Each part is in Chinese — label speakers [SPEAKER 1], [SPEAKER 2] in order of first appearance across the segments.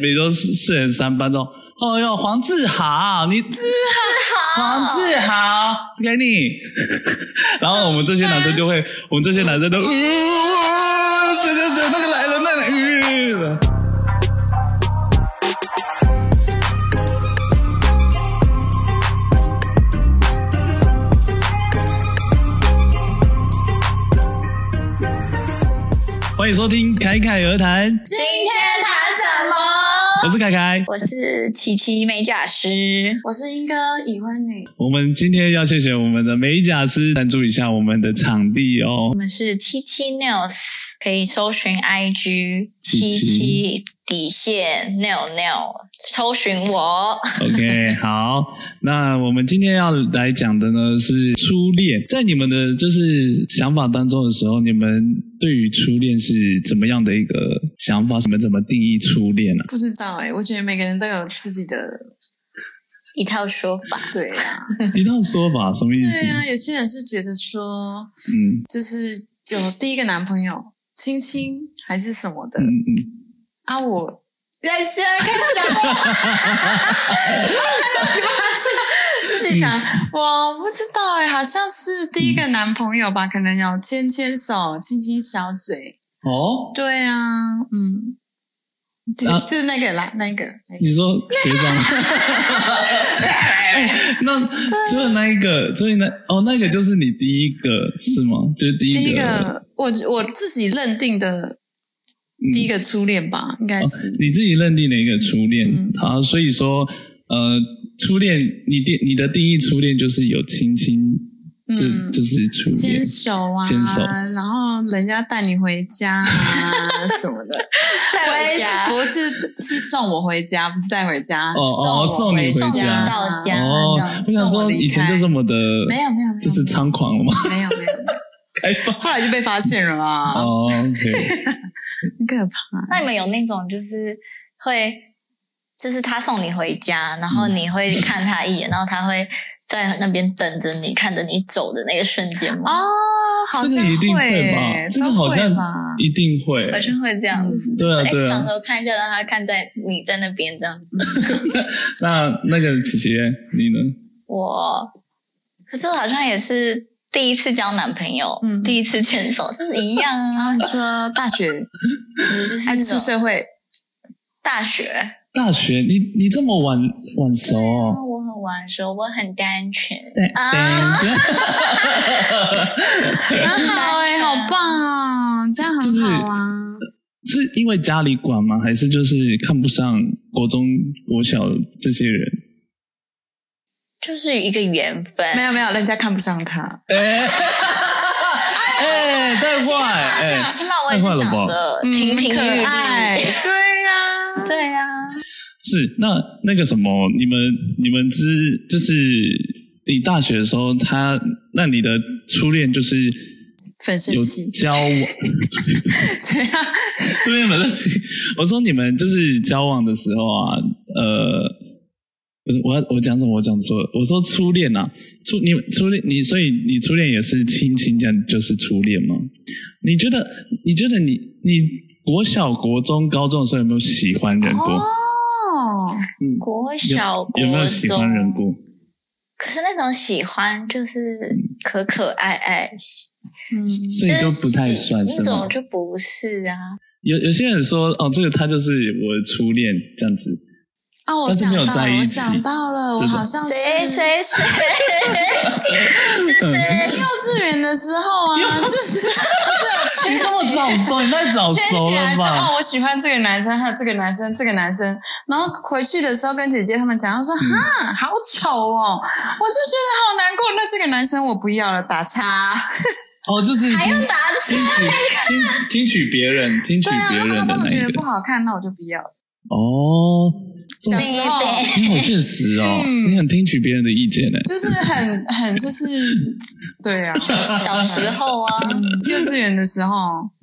[SPEAKER 1] 比如说四四人三班哦，哦哟，黄志豪，你志豪，黄志豪，给你。 然后我们这些男生就会，我们这些男生都，嗯，谁谁谁那个来了，那个，嗯。欢迎收听《凯凯而谈》，
[SPEAKER 2] 今天谈什么？
[SPEAKER 1] 我是凯凯。
[SPEAKER 2] 我是琪琪美甲师，
[SPEAKER 3] 我是英哥已婚女，
[SPEAKER 1] 我们今天要谢谢我们的美甲师赞助一下我们的场地哦
[SPEAKER 2] 我。们是七七 nails，可以搜寻 IG
[SPEAKER 1] 七七
[SPEAKER 2] 七七底线 nail nail，搜寻我。
[SPEAKER 1] OK，好，那我们今天要来讲的呢是初恋，在你们的就是想法当中的时候，你们对于初恋是怎么样的一个想法？你们怎么定义初恋啊 呢、
[SPEAKER 3] 不知道哎、我觉得每个人都有自己的
[SPEAKER 2] 一套说法，
[SPEAKER 3] 对啊，
[SPEAKER 1] 一套说法什么意思
[SPEAKER 3] 对？啊，有些人是觉得说，
[SPEAKER 1] 嗯
[SPEAKER 3] 就是有第一个男朋友亲亲还是什么的、
[SPEAKER 1] 嗯嗯，
[SPEAKER 3] 啊，我人生开始讲，
[SPEAKER 1] 嗯
[SPEAKER 3] 自己讲，我不知道哎、好像是第一个男朋友吧，可能有牵牵手、亲亲小嘴，
[SPEAKER 1] 哦，
[SPEAKER 3] 对啊，嗯，就、
[SPEAKER 1] 啊
[SPEAKER 3] 就是那个啦，那个，那个
[SPEAKER 1] 你说学长，哎那 就是那一个，所以那哦，那个就是你第一个是吗？就是第一个，
[SPEAKER 3] 第一个，我我自己认定的
[SPEAKER 1] 嗯
[SPEAKER 3] 第一个初恋吧，应
[SPEAKER 1] 哦
[SPEAKER 3] 该是、
[SPEAKER 1] 你自己认定的一个初恋。
[SPEAKER 3] 嗯
[SPEAKER 1] 好，所以说，呃，初恋，你定你的定义初恋就是有亲亲，这、
[SPEAKER 3] 嗯
[SPEAKER 1] 就是初恋
[SPEAKER 3] 牵。手啊，
[SPEAKER 1] 牵手
[SPEAKER 3] 然后人家带你回家 啊什么的，
[SPEAKER 2] 带回家，
[SPEAKER 3] 不是是送我回家，不是带回家，
[SPEAKER 1] 哦哦
[SPEAKER 3] 送我
[SPEAKER 1] 送你
[SPEAKER 2] 送
[SPEAKER 1] 回
[SPEAKER 2] 你
[SPEAKER 1] 家
[SPEAKER 2] 到家
[SPEAKER 1] 哦
[SPEAKER 2] 这样，
[SPEAKER 1] 我
[SPEAKER 2] 子。
[SPEAKER 1] 想说以前就这么的，
[SPEAKER 3] 没有没有没有，
[SPEAKER 1] 就是猖狂了吗？
[SPEAKER 3] 没有没有没有，
[SPEAKER 1] 开放
[SPEAKER 3] 后来就被发现了啦，
[SPEAKER 1] 哦，OK，
[SPEAKER 3] 很可怕。
[SPEAKER 2] 那你们有那种就是会，就是他送你回家，然后你会看他一眼，然后他会在那边等着你，看着你走的那个瞬间吗？
[SPEAKER 3] 哦，好
[SPEAKER 1] 这
[SPEAKER 3] 像
[SPEAKER 1] 个一定
[SPEAKER 3] 会
[SPEAKER 1] 吧？
[SPEAKER 3] 耶
[SPEAKER 1] 这个
[SPEAKER 3] 都
[SPEAKER 1] 好
[SPEAKER 3] 会
[SPEAKER 1] 像
[SPEAKER 3] 吧
[SPEAKER 1] 一定会。
[SPEAKER 2] 好像会这样子，
[SPEAKER 1] 对啊对啊
[SPEAKER 2] 哎转头看一下，让他看在你在那边这样子。
[SPEAKER 1] 那那个琪琪，你呢？
[SPEAKER 2] 我可是我好像也是第一次交男朋友，
[SPEAKER 3] 嗯
[SPEAKER 2] 第一次牵手就是一样
[SPEAKER 3] 然
[SPEAKER 2] 啊，
[SPEAKER 3] 后你说大学，
[SPEAKER 2] 就是
[SPEAKER 3] 哎，
[SPEAKER 2] 那
[SPEAKER 3] 出
[SPEAKER 2] 种
[SPEAKER 3] 社会，
[SPEAKER 2] 大学。
[SPEAKER 1] 大学，你你这么晚晚熟哦？
[SPEAKER 2] 我很晚熟，我很单纯。
[SPEAKER 1] 对
[SPEAKER 2] 啊
[SPEAKER 1] 对
[SPEAKER 3] 很好哎、
[SPEAKER 2] 大家
[SPEAKER 3] 好棒哦，这样很好啊。
[SPEAKER 1] 是因为家里管吗？还是就是看不上国中、国小这些人？
[SPEAKER 2] 就是一个缘分。
[SPEAKER 3] 没有没有，人家看不上他，
[SPEAKER 1] 哎、哎，太坏！哎、
[SPEAKER 2] 起码我也是长得
[SPEAKER 3] 嗯
[SPEAKER 2] 亭亭
[SPEAKER 3] 很
[SPEAKER 2] 玉
[SPEAKER 3] 可爱
[SPEAKER 2] 立。。
[SPEAKER 3] 对呀、
[SPEAKER 2] 对啊呀、
[SPEAKER 1] 是那那个什么，你们你们之就是你大学的时候，他那你的初恋就是
[SPEAKER 3] 粉丝
[SPEAKER 1] 有
[SPEAKER 3] 系
[SPEAKER 1] 交往，
[SPEAKER 3] 怎样？
[SPEAKER 1] 这边没关系。我说你们就是交往的时候啊，呃，不是我要我讲什么？我讲错了。我说初恋啊，初你初恋你，所以你初恋也是亲亲这样就是初恋吗？你觉得你觉得你你国小、国中、高中的时候有没有喜欢人过？
[SPEAKER 3] 哦，
[SPEAKER 1] 嗯，
[SPEAKER 2] 国小国
[SPEAKER 1] 有
[SPEAKER 2] 中
[SPEAKER 1] 有没有喜欢人过？
[SPEAKER 2] 可是那种喜欢就是可可爱爱，
[SPEAKER 3] 嗯，
[SPEAKER 1] 所以就不太算
[SPEAKER 2] 就是是那
[SPEAKER 1] 吗
[SPEAKER 2] 种？就不是啊。
[SPEAKER 1] 有有些人说哦，这个他就是我的初恋这样子。
[SPEAKER 3] 啊，我
[SPEAKER 1] 但是
[SPEAKER 3] 想
[SPEAKER 1] 没有
[SPEAKER 3] 到
[SPEAKER 1] 在
[SPEAKER 3] 了，
[SPEAKER 1] 一
[SPEAKER 3] 我
[SPEAKER 1] 起
[SPEAKER 3] 想到了，我
[SPEAKER 1] 这种
[SPEAKER 3] 好像是
[SPEAKER 2] 谁谁谁？
[SPEAKER 3] 幼稚园的时候啊，就是不是有圈起
[SPEAKER 1] 熟，你太早
[SPEAKER 3] 圈起来说哦，我喜欢这个男生，还有这个男生，这个男生。然后回去的时候跟姐姐他们讲，她说哈，好丑哦，我就觉得好难过。那这个男生我不要了，打叉。
[SPEAKER 1] 哦，就是
[SPEAKER 2] 还要打
[SPEAKER 1] 听取听听取别人，听取
[SPEAKER 3] 对啊，
[SPEAKER 1] 别
[SPEAKER 3] 然
[SPEAKER 1] 人
[SPEAKER 3] 后
[SPEAKER 1] 的
[SPEAKER 3] 他
[SPEAKER 1] 那
[SPEAKER 3] 们觉
[SPEAKER 1] 一
[SPEAKER 3] 得不
[SPEAKER 1] 个。
[SPEAKER 3] 好看，那我就不要了。
[SPEAKER 1] 哦，
[SPEAKER 3] 小时候
[SPEAKER 2] 对
[SPEAKER 1] 你好现实哦，
[SPEAKER 3] 嗯
[SPEAKER 1] 你很听取别人的意见欸呢。
[SPEAKER 3] 就是很很就是，对啊，
[SPEAKER 2] 小时候啊，
[SPEAKER 3] 嗯幼稚园的时候，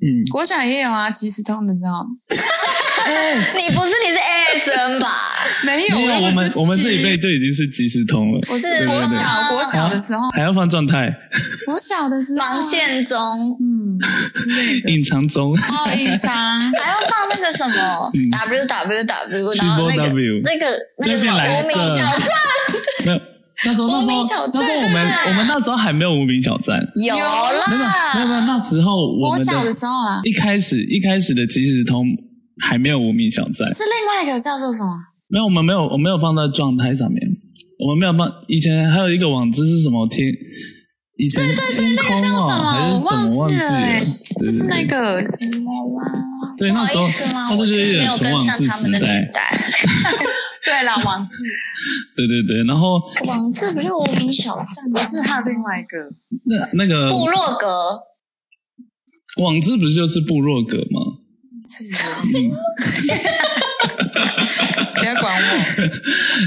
[SPEAKER 1] 嗯，
[SPEAKER 3] 国小也有啊，即时通的时候，
[SPEAKER 2] 你不是你是 S 生吧？
[SPEAKER 3] 没有，
[SPEAKER 1] 没有，我
[SPEAKER 3] 我
[SPEAKER 1] 们我们这一辈
[SPEAKER 3] 辈，
[SPEAKER 1] 就已经是即时通了，
[SPEAKER 3] 我
[SPEAKER 2] 是
[SPEAKER 3] 是国
[SPEAKER 2] 吗
[SPEAKER 3] 小国小的时候，
[SPEAKER 1] 还要放状态，
[SPEAKER 3] 国小的时候，
[SPEAKER 2] 盲，线中
[SPEAKER 3] 嗯之类的，
[SPEAKER 1] 隐藏中，
[SPEAKER 3] 哦， 隐藏，
[SPEAKER 2] 还要放那个什么
[SPEAKER 1] 嗯
[SPEAKER 2] W W W，然后那个
[SPEAKER 1] WWW
[SPEAKER 2] 那个那个
[SPEAKER 1] 这
[SPEAKER 2] 什
[SPEAKER 1] 边
[SPEAKER 2] 么
[SPEAKER 1] 蓝
[SPEAKER 2] 无
[SPEAKER 1] 色
[SPEAKER 2] 名小站
[SPEAKER 1] 没有。那时候，那时
[SPEAKER 2] 无名小
[SPEAKER 1] 候
[SPEAKER 2] 站，
[SPEAKER 1] 那时候我们
[SPEAKER 2] 啊
[SPEAKER 1] 我们那时候还没有无名小站，
[SPEAKER 2] 有
[SPEAKER 1] 没有，没有，没有
[SPEAKER 2] 啦，
[SPEAKER 1] 那时候我
[SPEAKER 3] 啊国
[SPEAKER 1] 们
[SPEAKER 3] 小
[SPEAKER 1] 的
[SPEAKER 3] 的时候啊，
[SPEAKER 1] 一开始一开始的即时通还没有无名小站，
[SPEAKER 3] 是另外一个叫做什么？
[SPEAKER 1] 没有，我们没有，我没有放在状态上面，我们没有放。以前还有一个网址是什么天？以前对对对，那
[SPEAKER 3] 那个叫什么？
[SPEAKER 1] 啊还是
[SPEAKER 3] 我
[SPEAKER 1] 什
[SPEAKER 3] 忘
[SPEAKER 1] 么
[SPEAKER 3] 记
[SPEAKER 1] 记
[SPEAKER 3] 了、欸，就是那个什么啊啦。
[SPEAKER 1] 对
[SPEAKER 2] 不
[SPEAKER 1] 那
[SPEAKER 2] 好
[SPEAKER 1] 时
[SPEAKER 2] 意思
[SPEAKER 1] 候
[SPEAKER 2] 啦，
[SPEAKER 1] 它
[SPEAKER 2] 我
[SPEAKER 1] 就是有
[SPEAKER 2] 没
[SPEAKER 1] 点
[SPEAKER 2] 有
[SPEAKER 1] 纯
[SPEAKER 2] 跟
[SPEAKER 1] 网
[SPEAKER 2] 上
[SPEAKER 1] 志
[SPEAKER 2] 他们
[SPEAKER 1] 时
[SPEAKER 2] 的
[SPEAKER 1] 代
[SPEAKER 2] 年，代。
[SPEAKER 3] 对了，网志
[SPEAKER 1] 对对对。然后
[SPEAKER 2] 网志不是无名小站吗，
[SPEAKER 3] 不
[SPEAKER 1] 嗯
[SPEAKER 3] 是还有另外一个，
[SPEAKER 1] 那那个
[SPEAKER 2] 部落格，
[SPEAKER 1] 网志不是就是部落格吗？
[SPEAKER 3] 是 不要管我，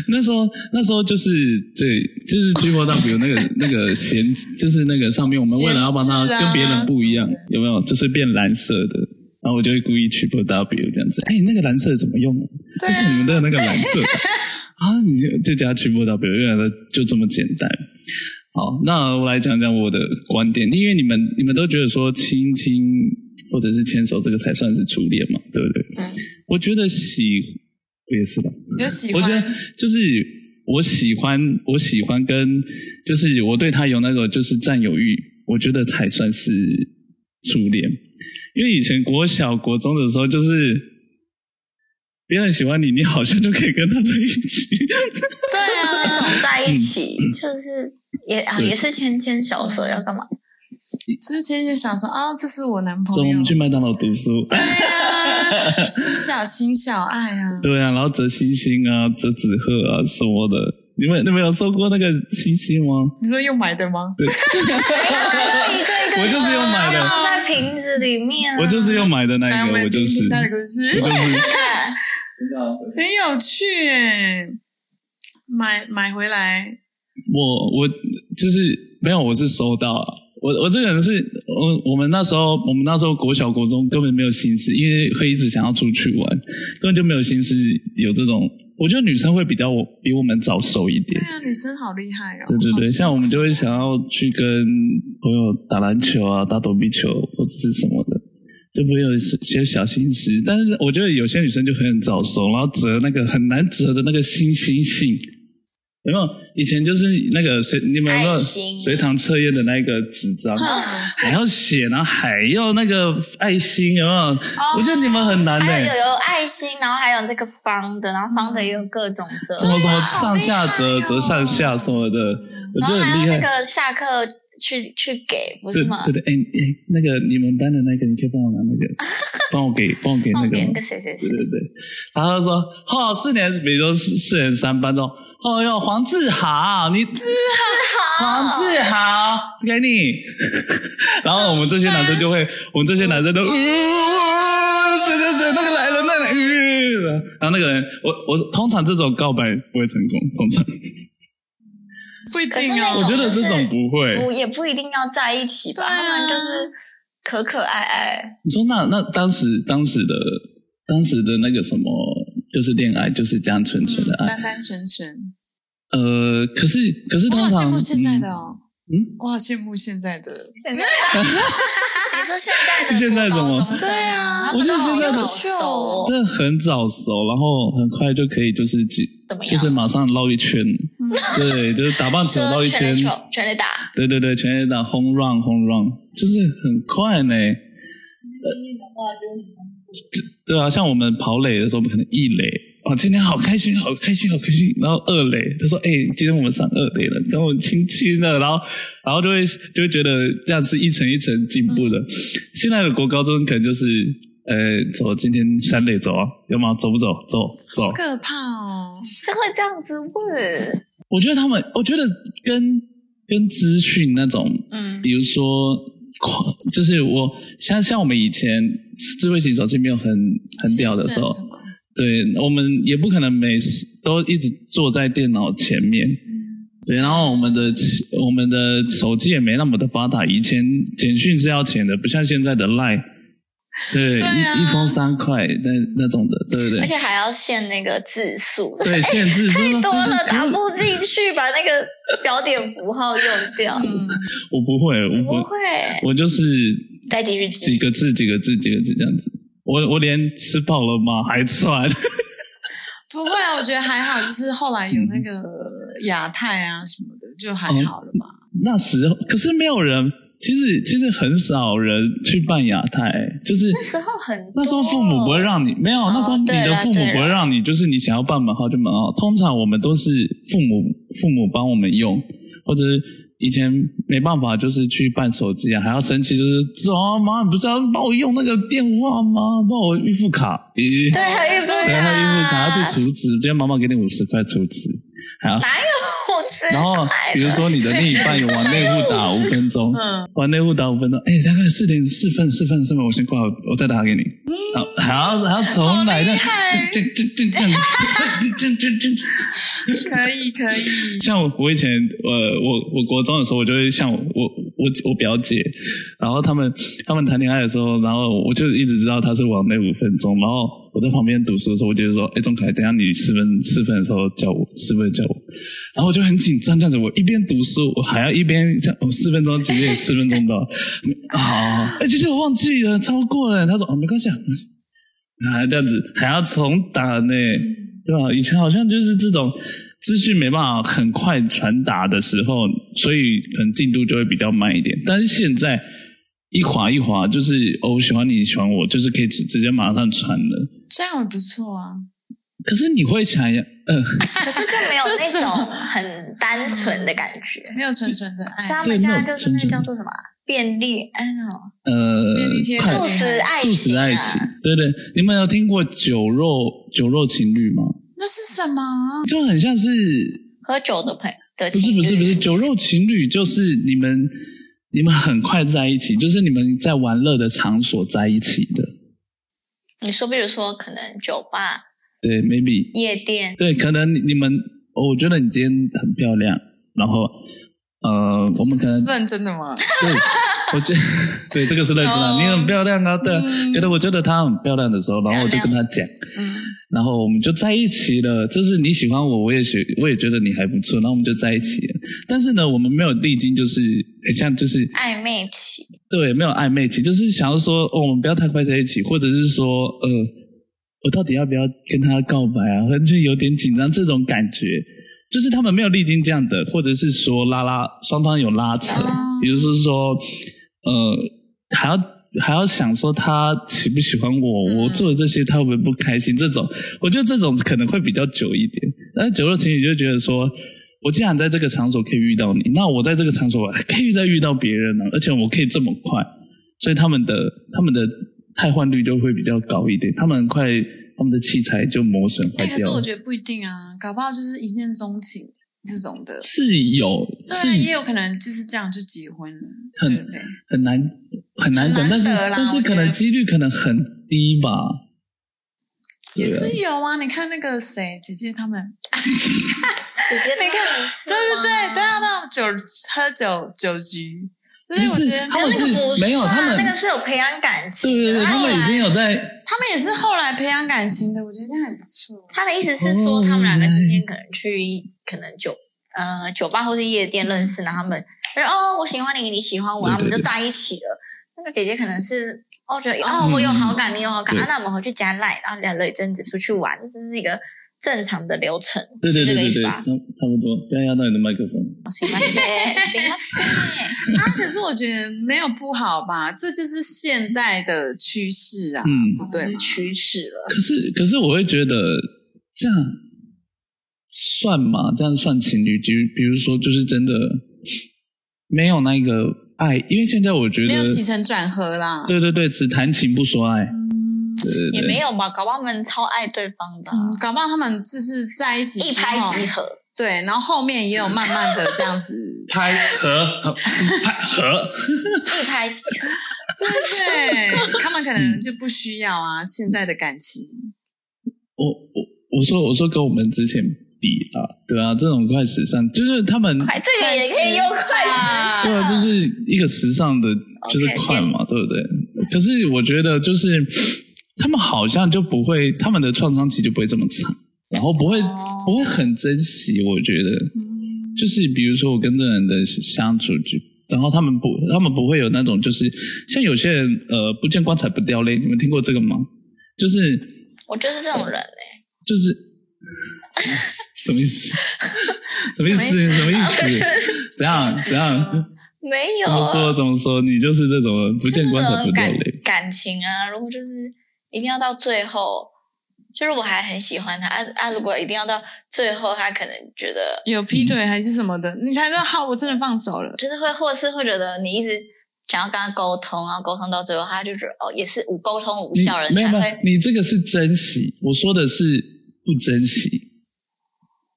[SPEAKER 1] 那时候那时候就是对，就是 G Four W 那个那个闲，就是那个上面我们为了要帮它
[SPEAKER 3] 闲置啊
[SPEAKER 1] 跟别人不一样
[SPEAKER 3] 什么的，
[SPEAKER 1] 有没有？就是变蓝色的，然后我就会故意 t r i W 这样子。哎，那个蓝色怎么用啊？
[SPEAKER 3] 对啊
[SPEAKER 1] 而且你们都有那个蓝色啊，你就就加 t r i W，原来就这么简单。好，那我来讲讲我的观点，因为你们你们都觉得说亲亲或者是牵手这个才算是初恋嘛，对不对？
[SPEAKER 3] 嗯，
[SPEAKER 1] 我觉得喜也是吧，
[SPEAKER 3] 有喜
[SPEAKER 1] 我
[SPEAKER 3] 欢
[SPEAKER 1] 觉得就是我喜欢，我喜欢跟就是我对他有那个就是占有欲，我觉得才算是初恋。因为以前国小、国中的时候，就是别人喜欢你，你好像就可以跟他在一起。
[SPEAKER 2] 对啊，那种在一起就是也啊
[SPEAKER 1] 嗯对
[SPEAKER 2] 也是牵牵小手要干嘛？
[SPEAKER 3] 之前就想说啊，这是我男朋
[SPEAKER 1] 走，我
[SPEAKER 3] 友
[SPEAKER 1] 们，去麦当劳读 书。
[SPEAKER 3] 对啊，小情小爱 啊，
[SPEAKER 1] 对啊，然后折星星啊，折纸鹤啊什么的。你们你们有收过那个星星吗？
[SPEAKER 3] 你说又买的吗？
[SPEAKER 2] 一个一个
[SPEAKER 1] 我就是用买的
[SPEAKER 2] 放在瓶子里面啊，
[SPEAKER 1] 我就是要买的那
[SPEAKER 3] 来，
[SPEAKER 1] 一
[SPEAKER 3] 嗯我
[SPEAKER 1] 个，
[SPEAKER 3] 们
[SPEAKER 1] 我就
[SPEAKER 3] 听
[SPEAKER 1] 是
[SPEAKER 3] 听，他的故事
[SPEAKER 1] 我就，是。
[SPEAKER 2] 看
[SPEAKER 3] 很有趣哎、买买回来，
[SPEAKER 1] 我我就是没有，我是收到啊。我我这个人是，我我们那时候我们那时候国小国中根本没有心思，因为会一直想要出去玩，根本就没有心思有这种。我觉得女生会比较我比我们早熟一
[SPEAKER 3] 对
[SPEAKER 1] 点，
[SPEAKER 3] 啊，女生好厉害哦，
[SPEAKER 1] 对对
[SPEAKER 3] 好
[SPEAKER 1] 对，
[SPEAKER 3] 幸福
[SPEAKER 1] 像我们就会想要去跟朋友打篮球啊、打躲避球或者是什么的，就不会有一些小心思。但是我觉得有些女生就很早熟，然后折那个很难折的那个星星星，有没有？以前就是那个随你们有没有
[SPEAKER 2] 爱心
[SPEAKER 1] 随堂测验的那个纸 张，
[SPEAKER 3] 啊
[SPEAKER 1] 还要写，然后还要那个爱心，有没有？
[SPEAKER 3] 哦
[SPEAKER 1] 我觉得你们很难呢、欸
[SPEAKER 2] 还有
[SPEAKER 3] 啊
[SPEAKER 2] 有有爱心，然后还有这个方的，然后方的也有各种折
[SPEAKER 1] 什么什么
[SPEAKER 3] 好
[SPEAKER 1] 上
[SPEAKER 3] 厉
[SPEAKER 1] 下折、
[SPEAKER 3] 害哦
[SPEAKER 1] 折上下什么的，我
[SPEAKER 2] 然
[SPEAKER 1] 觉
[SPEAKER 2] 后
[SPEAKER 1] 得
[SPEAKER 2] 还
[SPEAKER 1] 很
[SPEAKER 2] 有
[SPEAKER 1] 厉害。
[SPEAKER 2] 那个下课去去给，不
[SPEAKER 1] 对
[SPEAKER 2] 是吗？
[SPEAKER 1] 对对，哎哎，那个你们班的那个，你可以帮我拿那个，帮我给帮我给那
[SPEAKER 2] 放
[SPEAKER 1] 个
[SPEAKER 2] 别
[SPEAKER 1] 吗
[SPEAKER 2] 人？个谁谁
[SPEAKER 1] 对
[SPEAKER 2] 谁，
[SPEAKER 1] 对对，然后他说哦，四年，比如说四四年三班中，哦哟，黄志豪，你志
[SPEAKER 2] 哦
[SPEAKER 1] 豪，黄志豪，给你。 然后我们这些男生就会，我们这些男生都，嗯，谁谁谁那个来了，那个，嗯，然后那个人，我我通常这种告白不会成功，通常
[SPEAKER 3] 不一
[SPEAKER 2] 可是
[SPEAKER 3] 定
[SPEAKER 2] 那
[SPEAKER 3] 哦，
[SPEAKER 1] 啊我
[SPEAKER 2] 种
[SPEAKER 1] 觉得
[SPEAKER 2] 就
[SPEAKER 1] 这
[SPEAKER 2] 是
[SPEAKER 1] 种不会，
[SPEAKER 2] 不也不一定要在一起吧，
[SPEAKER 3] 对啊
[SPEAKER 2] 他们就是可可爱爱，
[SPEAKER 1] 你说那那当时当时的当时的那个什么，就是恋爱，就是这样纯纯的爱。
[SPEAKER 3] 嗯单单纯纯。
[SPEAKER 1] 呃，可是可是
[SPEAKER 3] 嗯
[SPEAKER 1] 通
[SPEAKER 3] 我好羡
[SPEAKER 1] 常
[SPEAKER 3] 慕现在的
[SPEAKER 1] 嗯
[SPEAKER 3] 哦，
[SPEAKER 1] 嗯，
[SPEAKER 3] 我好羡慕现在的。
[SPEAKER 2] 现在你说现在 的
[SPEAKER 1] 现在怎么
[SPEAKER 2] 国高中生
[SPEAKER 3] 对啊
[SPEAKER 2] 他
[SPEAKER 1] 我
[SPEAKER 2] 们
[SPEAKER 1] 觉得
[SPEAKER 2] 都好
[SPEAKER 1] 现在的
[SPEAKER 2] 早熟哦，
[SPEAKER 1] 嗯真的很早熟，然后很快就可以就是几
[SPEAKER 2] 怎么样
[SPEAKER 1] 就是马上绕一圈，
[SPEAKER 3] 嗯
[SPEAKER 1] 对，就是打棒球绕
[SPEAKER 2] 就
[SPEAKER 1] 一
[SPEAKER 2] 全
[SPEAKER 1] 圈
[SPEAKER 2] 力，球全力打，
[SPEAKER 1] 对对对，全垒打轰 run 轰 run，就是很快呢。呃对啊，像我们跑垒的时候，我们可能一垒，哦，今天好开心，好开心，好开心。然后二垒，他说：“哎、今天我们上二垒了，跟我亲亲了。”然后，然后就会就会觉得这样是一层一层进步的。现在的国高中可能就是，呃，走，今天三垒走啊，有吗？走不走？走走
[SPEAKER 3] 好。可怕哦！
[SPEAKER 2] 是会这样子问，
[SPEAKER 1] 我觉得他们，我觉得跟跟资讯那种
[SPEAKER 2] 嗯，
[SPEAKER 1] 比如说，狂就是我像像我们以前智慧型手机没有很很屌的时候
[SPEAKER 3] 是，什么
[SPEAKER 1] 对我们也不可能每时都一直坐在电脑前面。对，然后我们的我们的手机也没那么的发达，以前简讯是要钱的，不像现在的 Line，对，
[SPEAKER 3] 对啊
[SPEAKER 1] 一一封三块那那种的，对不
[SPEAKER 2] 而
[SPEAKER 1] 对？
[SPEAKER 2] 且还要限那个字数，
[SPEAKER 1] 对，限制太
[SPEAKER 2] 太多了，打
[SPEAKER 1] 我
[SPEAKER 2] 不进去，把那个标点符号用掉。
[SPEAKER 3] 嗯，
[SPEAKER 1] 不会，我
[SPEAKER 2] 不
[SPEAKER 1] 不，
[SPEAKER 2] 会，
[SPEAKER 1] 我就是
[SPEAKER 2] 代替日
[SPEAKER 1] 几
[SPEAKER 2] 记，
[SPEAKER 1] 个字几个字几个字这样子。我我连吃饱了吗还传，
[SPEAKER 3] 不会啊，我觉得还好，就是后来有那个亚太啊什么的，就还好了 吧。
[SPEAKER 1] 那时候可是没有人，其实其实很少人去办亚太，欸就是
[SPEAKER 2] 那时候很多
[SPEAKER 1] 那时候父母不会让你没有，那时候你
[SPEAKER 2] 哦对
[SPEAKER 1] 的
[SPEAKER 2] 啦
[SPEAKER 1] 父母
[SPEAKER 2] 对
[SPEAKER 1] 不会
[SPEAKER 2] 啦
[SPEAKER 1] 让你，就是你想要办门号就门号。通常我们都是父母父母帮我们用，或者是以前没办法，就是去办手机啊，还要生气，就是走妈，你不是要帮我用那个电话吗？帮我预付 卡，咦，
[SPEAKER 2] 对，还有预 付
[SPEAKER 1] 对，还啊有预付卡，
[SPEAKER 2] 卡，
[SPEAKER 1] 要 去储值，今天妈妈给你五十块储值，还要。
[SPEAKER 2] 哪有五十？
[SPEAKER 1] 然后，比如说你的另一半有玩内户打五分钟，
[SPEAKER 3] 嗯，
[SPEAKER 1] 玩内务打五分钟，哎、大概四点四分，四分四分，我先挂，我再打给你。好，嗯 好，然后重来，这样这样这样这样这样这样这样。
[SPEAKER 3] 可以可以，
[SPEAKER 1] 像我我以前，呃，我我国中的时候，我就会像我我我表姐，然后他们他们谈恋爱的时候，然后我就一直知道她是往那五分钟，然后我在旁边读书的时候，我就说，哎、钟凯，等一下你四分四分的时候叫我，四分叫我，然后我就很紧张，这样子，我一边读书，我还要一边这样，我、四分钟几点？四分钟到， 啊，哎、姐姐我忘记了，超过了，他说哦，没关系啊，没关系，啊，这样子还要重打呢。对吧？以前好像就是这种资讯没办法很快传达的时候，所以可能进度就会比较慢一点。但是现在一划一划，就是、哦、我喜欢你，你喜欢我，就是可以直直接马上传了。
[SPEAKER 3] 这样也不错啊。
[SPEAKER 1] 可是你会想要，呃，
[SPEAKER 2] 可是就没有
[SPEAKER 3] 这是
[SPEAKER 2] 那
[SPEAKER 3] 什
[SPEAKER 2] 种
[SPEAKER 3] 么
[SPEAKER 2] 很单纯的感觉。
[SPEAKER 3] 没有纯纯的爱
[SPEAKER 2] 所以，他
[SPEAKER 1] 对
[SPEAKER 2] 们现在
[SPEAKER 1] 没有
[SPEAKER 2] 就是
[SPEAKER 1] 纯
[SPEAKER 2] 那
[SPEAKER 1] 纯
[SPEAKER 2] 叫做什么啊便利，哎呦，
[SPEAKER 1] 呃
[SPEAKER 3] 便利贴，
[SPEAKER 1] 快
[SPEAKER 2] 素食爱
[SPEAKER 1] 素食
[SPEAKER 2] 情啊
[SPEAKER 1] 爱情，对对，你们有听过酒肉酒肉情侣吗？
[SPEAKER 3] 那是什么？
[SPEAKER 1] 就很像是
[SPEAKER 2] 喝酒的朋友的
[SPEAKER 1] 不
[SPEAKER 2] 情
[SPEAKER 1] 是
[SPEAKER 2] 侣，
[SPEAKER 1] 不是不 是，酒肉情侣就是你们你们很快在一起，就是你们在玩乐的场所在一起的，
[SPEAKER 2] 你说比如说可能酒吧、
[SPEAKER 1] 对，maybe
[SPEAKER 2] 夜店，
[SPEAKER 1] 对，可能你你们，哦我觉得你今天很漂亮，然后呃，我们可能
[SPEAKER 3] 是认真的吗？
[SPEAKER 1] 对，我觉得对这个是认真的，
[SPEAKER 3] 哦
[SPEAKER 1] 你很漂亮啊，对啊，
[SPEAKER 3] 嗯
[SPEAKER 1] 觉得我觉得她很漂亮的时候，然后我就跟她讲，
[SPEAKER 3] 嗯，
[SPEAKER 1] 然后我们就在一起了，就是你喜欢我，我也喜，我也觉得你还不错，然后我们就在一起了。但是呢，我们没有历经就是诶像就是
[SPEAKER 2] 暧昧期，
[SPEAKER 1] 对，没有暧昧期，就是想要说，哦，我们不要太快在一起，或者是说，呃，我到底要不要跟他告白啊？或者就有点紧张，这种感觉，就是他们没有历经这样的，或者是说拉拉双方有拉扯，
[SPEAKER 3] 哦
[SPEAKER 1] 比如说说，呃，还要还要想说他喜不喜欢我，
[SPEAKER 3] 嗯
[SPEAKER 1] 我做的这些他会不会不开心？这种，我觉得这种可能会比较久一点。但是酒肉情侣就觉得说，我既然在这个场所可以遇到你，那我在这个场所我还可以再遇到别人啊呢、而且我可以这么快，所以他们的他们的汰换率就会比较高一点，他们很快他们的器材就磨损坏
[SPEAKER 3] 哎，可是
[SPEAKER 1] 掉
[SPEAKER 3] 我
[SPEAKER 1] 了。
[SPEAKER 3] 觉得不一定啊，搞不好就是一见钟情这种的。
[SPEAKER 1] 是有，
[SPEAKER 3] 对啊，也
[SPEAKER 1] 是
[SPEAKER 3] 有可能就是这样就结婚了，
[SPEAKER 1] 很啊
[SPEAKER 3] 对不对？
[SPEAKER 1] 很难很难讲，
[SPEAKER 3] 很
[SPEAKER 1] 但
[SPEAKER 3] 难
[SPEAKER 1] 是
[SPEAKER 3] 得啦
[SPEAKER 1] 但
[SPEAKER 3] 我
[SPEAKER 1] 是
[SPEAKER 3] 觉
[SPEAKER 1] 可
[SPEAKER 3] 得
[SPEAKER 1] 能几率可能很低吧。对啊
[SPEAKER 3] 也是有啊，你看那个谁姐姐他们，
[SPEAKER 2] 姐姐那个
[SPEAKER 3] 对对对，对啊，到酒喝酒酒局，所以
[SPEAKER 1] 不
[SPEAKER 3] 我
[SPEAKER 1] 是
[SPEAKER 3] 觉得
[SPEAKER 2] 哎
[SPEAKER 1] 他们是没有他们
[SPEAKER 2] 那个是有培养感
[SPEAKER 1] 对
[SPEAKER 2] 情
[SPEAKER 1] 对
[SPEAKER 2] 的，
[SPEAKER 1] 对，
[SPEAKER 3] 啊
[SPEAKER 2] 然
[SPEAKER 1] 他
[SPEAKER 2] 后
[SPEAKER 1] 们已经有在
[SPEAKER 3] 他们也是后来培养感情的，我觉得这样很不错。
[SPEAKER 2] 他的意思是说，
[SPEAKER 1] 哦
[SPEAKER 2] 他们两个今天可能去可能酒呃酒吧或是夜店认识，然后他们说哦我喜欢你，你喜欢我，
[SPEAKER 1] 对对
[SPEAKER 2] 然后我们就
[SPEAKER 1] 对
[SPEAKER 2] 在一起了。那个姐姐可能是哦觉得
[SPEAKER 1] 嗯
[SPEAKER 2] 哦我有好感，你有好感，
[SPEAKER 1] 对
[SPEAKER 2] 啊那我们回去加赖，然后聊了一阵子出去玩，这是一个正常的流程，
[SPEAKER 1] 对对
[SPEAKER 2] 是这
[SPEAKER 1] 对
[SPEAKER 2] 个
[SPEAKER 1] 对对，
[SPEAKER 2] 意思
[SPEAKER 1] 差
[SPEAKER 2] 吧？
[SPEAKER 1] 差不多，不要压到你的麦克风。
[SPEAKER 2] 行吧，谢 谢，行吧
[SPEAKER 3] 啊，可是我觉得没有不好吧，这就是现代的趋势啊，
[SPEAKER 1] 嗯，
[SPEAKER 3] 不对吗？
[SPEAKER 2] 趋势了。
[SPEAKER 1] 可是可是我会觉得这样算吗？这样算情侣？比如比如说，就是真的没有那个爱，因为现在我觉
[SPEAKER 3] 没
[SPEAKER 1] 得
[SPEAKER 3] 有，起承转合啦。
[SPEAKER 1] 对对对，只谈情不说爱，
[SPEAKER 3] 嗯，
[SPEAKER 1] 对对对，
[SPEAKER 2] 也没有吧，搞不好他们超爱对方的啊、
[SPEAKER 3] 嗯搞不好他们就是在一起
[SPEAKER 2] 一
[SPEAKER 3] 之
[SPEAKER 2] 拍
[SPEAKER 3] 后
[SPEAKER 2] 即合。
[SPEAKER 3] 对，然后后面也有慢慢的这样子，
[SPEAKER 1] 拍和拍和，
[SPEAKER 2] 一拍即合，
[SPEAKER 3] 对不对？他们可
[SPEAKER 1] 嗯
[SPEAKER 3] 能就不需要啊，现在的感情。
[SPEAKER 1] 我我我说我说跟我们之前比啊，对啊，这种快时尚就是他们。
[SPEAKER 2] 快这个也可以用快时
[SPEAKER 3] 快
[SPEAKER 1] 对啊
[SPEAKER 2] 尚
[SPEAKER 1] 啊，就是一个时尚的，就是
[SPEAKER 2] OK，
[SPEAKER 1] 快嘛对不对？可是我觉得就是他们好像就不会，他们的创伤期就不会这么长，然后不会、
[SPEAKER 3] 哦
[SPEAKER 1] 不会很珍惜。我觉得
[SPEAKER 3] 嗯
[SPEAKER 1] 就是比如说我跟这人的相处就。然后他们不，他们不会有那种，就是像有些人，呃，不见棺材不掉泪，你们听过这个吗？就是
[SPEAKER 2] 我就是这种人哎、
[SPEAKER 1] 就是 什么意 思？什么意思？
[SPEAKER 3] 什
[SPEAKER 1] 什
[SPEAKER 3] 么
[SPEAKER 1] 么意
[SPEAKER 3] 意
[SPEAKER 1] 思？怎样？怎样？
[SPEAKER 2] 没有
[SPEAKER 1] 怎么说？
[SPEAKER 2] 啊，
[SPEAKER 1] 怎么说？你就是这种人不
[SPEAKER 2] 就是
[SPEAKER 1] 见棺
[SPEAKER 2] 那
[SPEAKER 1] 材不
[SPEAKER 2] 种
[SPEAKER 1] 掉
[SPEAKER 2] 感
[SPEAKER 1] 泪。
[SPEAKER 2] 感情啊，如果就是一定要到最后，就是我还很喜欢他啊啊！如果一定要到最后，他可能觉得
[SPEAKER 3] 有
[SPEAKER 1] 嗯
[SPEAKER 3] 劈腿还是什么的，你才知道好，我真的放手了。
[SPEAKER 2] 就是会，或是会觉得你一直想要跟他沟通，然后沟通到最后，他就觉得哦，也是无沟通无
[SPEAKER 1] 你
[SPEAKER 2] 效人
[SPEAKER 1] 嗯没有
[SPEAKER 2] 才
[SPEAKER 1] 没有
[SPEAKER 2] 会，。
[SPEAKER 1] 你这个是珍惜，我说的是不珍惜。